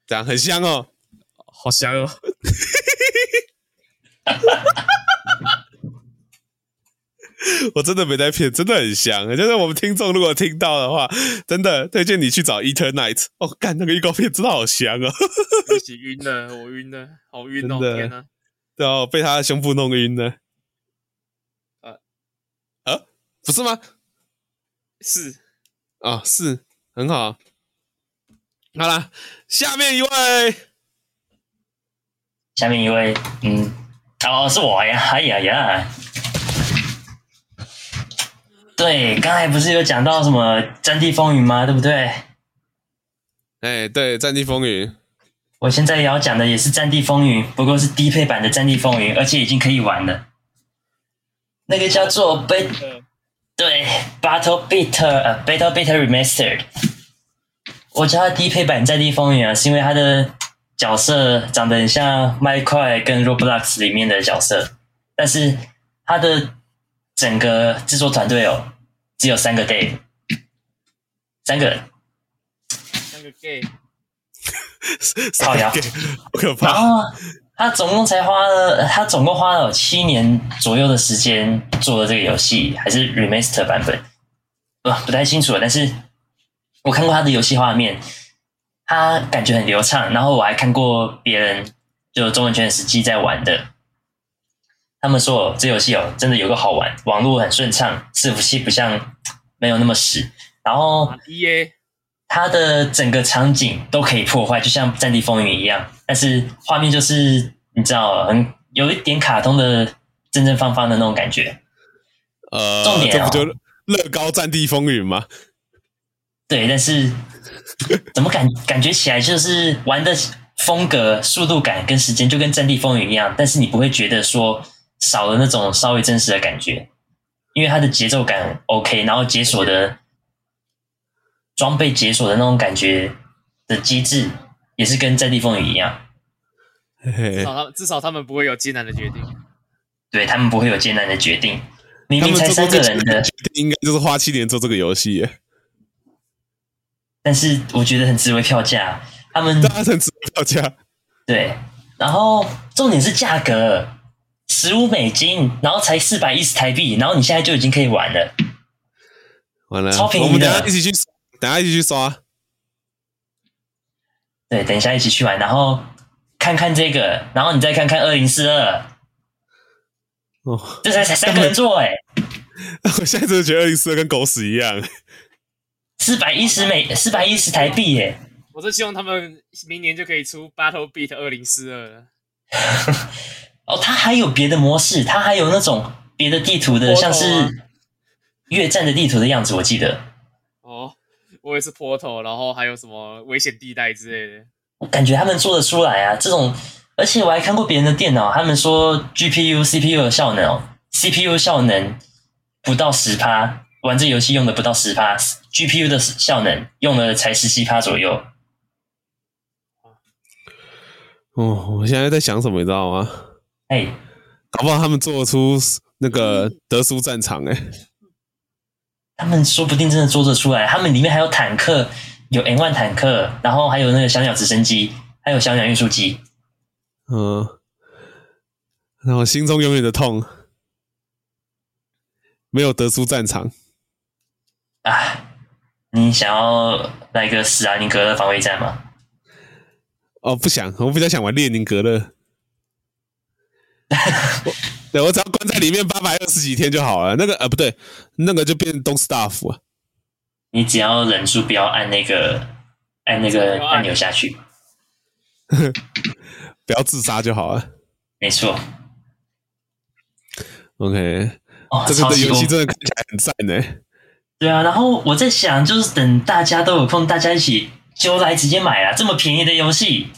Speaker 1: 这样很香哦，
Speaker 2: 好香哦。
Speaker 1: 我真的没在骗，真的很香。就是我们听众如果听到的话，真的推荐你去找 Eternite。哦，干那个预告片真的好香啊！
Speaker 2: 对不起，晕了，我晕了，好晕哦！
Speaker 1: 真的
Speaker 2: 天哪，
Speaker 1: 然后被他的胸部弄晕了。啊
Speaker 2: 呃
Speaker 1: 啊，不是吗？
Speaker 2: 是
Speaker 1: 啊、是很好。啊好啦，下面一位，
Speaker 3: 下面一位，嗯，哦，是我呀，哎呀呀，对，刚才不是有讲到什么《战地风云》吗？对不对？
Speaker 1: 哎，对，《战地风云》
Speaker 3: 我现在也要讲的也是《战地风云》，不过是低配版的《战地风云》，而且已经可以玩了。那个叫做《被
Speaker 2: 呃，
Speaker 3: 对，Battle Beat 呃，Battle Beat Remastered。我叫它低配版《战地风云》啊，是因为它的角色长得很像《麦块》跟《Roblox》里面的角色，但是它的整个制作团队哦，只有三个 day，三个人。
Speaker 2: 像个 gay，
Speaker 3: 靠腰
Speaker 1: 好可
Speaker 3: 然
Speaker 1: 怕！
Speaker 3: 后他总共才花了，他总共花了七年左右的时间做了这个游戏，还是 remaster 版本，啊，不太清楚了。但是我看过他的游戏画面，他感觉很流畅。然后我还看过别人就中文圈的实际在玩的，他们说这游戏哦真的有个好玩，网络很顺畅，伺服器不像没有那么屎。然后
Speaker 2: 啊 EA
Speaker 3: 它的整个场景都可以破坏，就像《战地风云》一样，但是画面就是你知道，很有一点卡通的正正方方的那种感觉。
Speaker 1: 呃，
Speaker 3: 重点
Speaker 1: 这
Speaker 3: 哦
Speaker 1: 不就乐高战地风云吗？
Speaker 3: 对，但是怎么感感觉起来就是玩的风格、速度感跟时间就跟《战地风云》一样，但是你不会觉得说少了那种稍微真实的感觉，因为它的节奏感 OK，然后解锁的装备解锁的那种感觉的机制也是跟《战地风云》一样。
Speaker 1: 嘿
Speaker 2: 至
Speaker 1: 嘿
Speaker 2: 少他们至少他们不会有艰难的决定。
Speaker 3: 对他们不会有艰难的决定。明
Speaker 1: 他
Speaker 3: 明
Speaker 1: 们
Speaker 3: 才
Speaker 1: 做
Speaker 3: 三
Speaker 1: 过
Speaker 3: 个
Speaker 1: 最
Speaker 3: 人的，
Speaker 1: 决定应该就是花七年做这个游戏耶，
Speaker 3: 但是我觉得很值回票价。他们
Speaker 1: 大家很值得票价。
Speaker 3: 对，然后重点是价格，十五美金，然后才四百一十台币，然后你现在就已经可以玩了。
Speaker 1: 完了，
Speaker 3: 超便宜
Speaker 1: 我们
Speaker 3: 的
Speaker 1: 等一下一起去，等一下一起去刷。
Speaker 3: 对，等一下一起去玩，然后看看这个，然后你再看看二零四二，
Speaker 1: 哦，
Speaker 3: 这才才三个人做哎、
Speaker 1: 我现在真的觉得二零四跟狗屎一样。
Speaker 3: 四百一十美，四百一十台币欸耶、
Speaker 2: 我是希望他们明年就可以出 Battle Beat 二零四二了。
Speaker 3: 哦，它还有别的模式，它还有那种别的地图的，
Speaker 2: 波头
Speaker 3: 像
Speaker 2: 啊
Speaker 3: 是越战的地图的样子，我记得。
Speaker 2: 哦，我也是 Portal，然后还有什么危险地带之类的。
Speaker 3: 感觉他们做得出来啊。这种，而且我还看过别人的电脑，他们说 GPU、CPU 的效能哦，CPU 效能不到十趴，玩这游戏用的不到十趴，GPU 的效能用了才十七趴左右。
Speaker 1: 哦，我现在在想什么，你知道吗？
Speaker 3: 哎，
Speaker 1: 搞不好他们做出那
Speaker 3: 嗯
Speaker 1: 个德苏战场、欸，哎，
Speaker 3: 他们说不定真的做得出来。他们里面还有坦克，有 N 1坦克，然后还有那个小鸟直升机，还有小鸟运输机。
Speaker 1: 嗯，然后心中永远的痛，没有德苏战场，
Speaker 3: 啊，你想要来个史达林格勒防卫战吗？
Speaker 1: 哦，不想，我比较想玩列宁格勒。 我对，我只要关在里面八百二十几天就好了。那个呃，不对，那个就变东 staff 了。
Speaker 3: 你只要忍住不要按那个按那个按钮下去，
Speaker 1: 不要自杀就好了。
Speaker 3: 没错。
Speaker 1: OK，
Speaker 3: 哦，
Speaker 1: 这
Speaker 3: 超
Speaker 1: 个的
Speaker 3: 级
Speaker 1: 游戏真
Speaker 3: 多
Speaker 1: 的看起来很赞欸呢、
Speaker 3: 对啊，然后我在想，就是等大家都有空，大家一起就来直接买啊，这么便宜的游戏，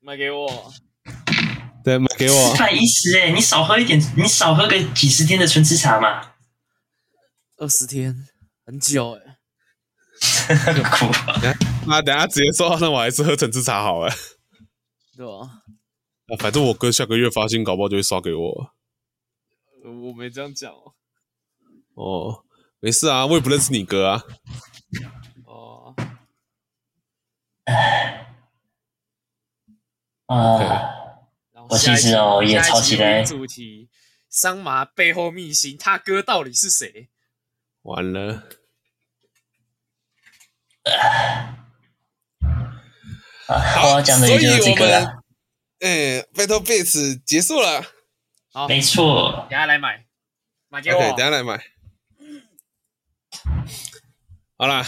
Speaker 2: 卖给我，
Speaker 1: 对，买给 我
Speaker 3: 四百一十哎，你少喝一点，你少喝个几十天的纯吃 茶嘛，
Speaker 2: 二十天，很久哎、
Speaker 3: 苦啊
Speaker 1: 啊！等下直接说，那我还是喝橙汁茶好 了。
Speaker 2: 对吧？
Speaker 1: 啊反正我哥下个月发薪，搞不好就会刷给我。
Speaker 2: 呃我没这样讲哦。
Speaker 1: 哦，没事啊，我也不认识你哥啊。
Speaker 2: 哦，
Speaker 3: 啊！
Speaker 2: 然后
Speaker 3: 我
Speaker 2: 下一
Speaker 3: 其
Speaker 2: 集
Speaker 3: 实哦也
Speaker 2: 下一
Speaker 3: 超
Speaker 2: 集
Speaker 3: 期待
Speaker 2: 主题：桑麻背后秘辛，他哥到底是谁？
Speaker 1: 完了。
Speaker 3: 啊我要讲的也就是这
Speaker 1: 所
Speaker 3: 个
Speaker 1: 以我
Speaker 3: 了，
Speaker 1: 哎、b a t t l e Bits 结束了。
Speaker 2: 好，
Speaker 3: 没
Speaker 2: 等
Speaker 3: 错。
Speaker 2: 下来买，买给我。
Speaker 1: OK，等下来买。好啦，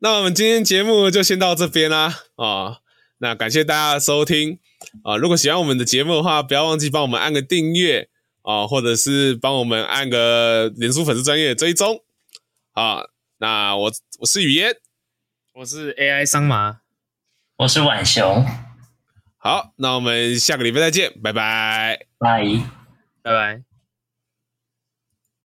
Speaker 1: 那我们今天节目就先到这边啦啊、那感谢大家的收听啊、如果喜欢我们的节目的话，不要忘记帮我们按个订阅啊，或者是帮我们按个脸书粉丝专业追踪啊。那我我是雨嫣，
Speaker 2: 我是 AI 桑麻，
Speaker 3: 我是浣熊，
Speaker 1: 好，那我们下个礼拜再见，拜拜。
Speaker 3: 拜。
Speaker 2: 拜拜。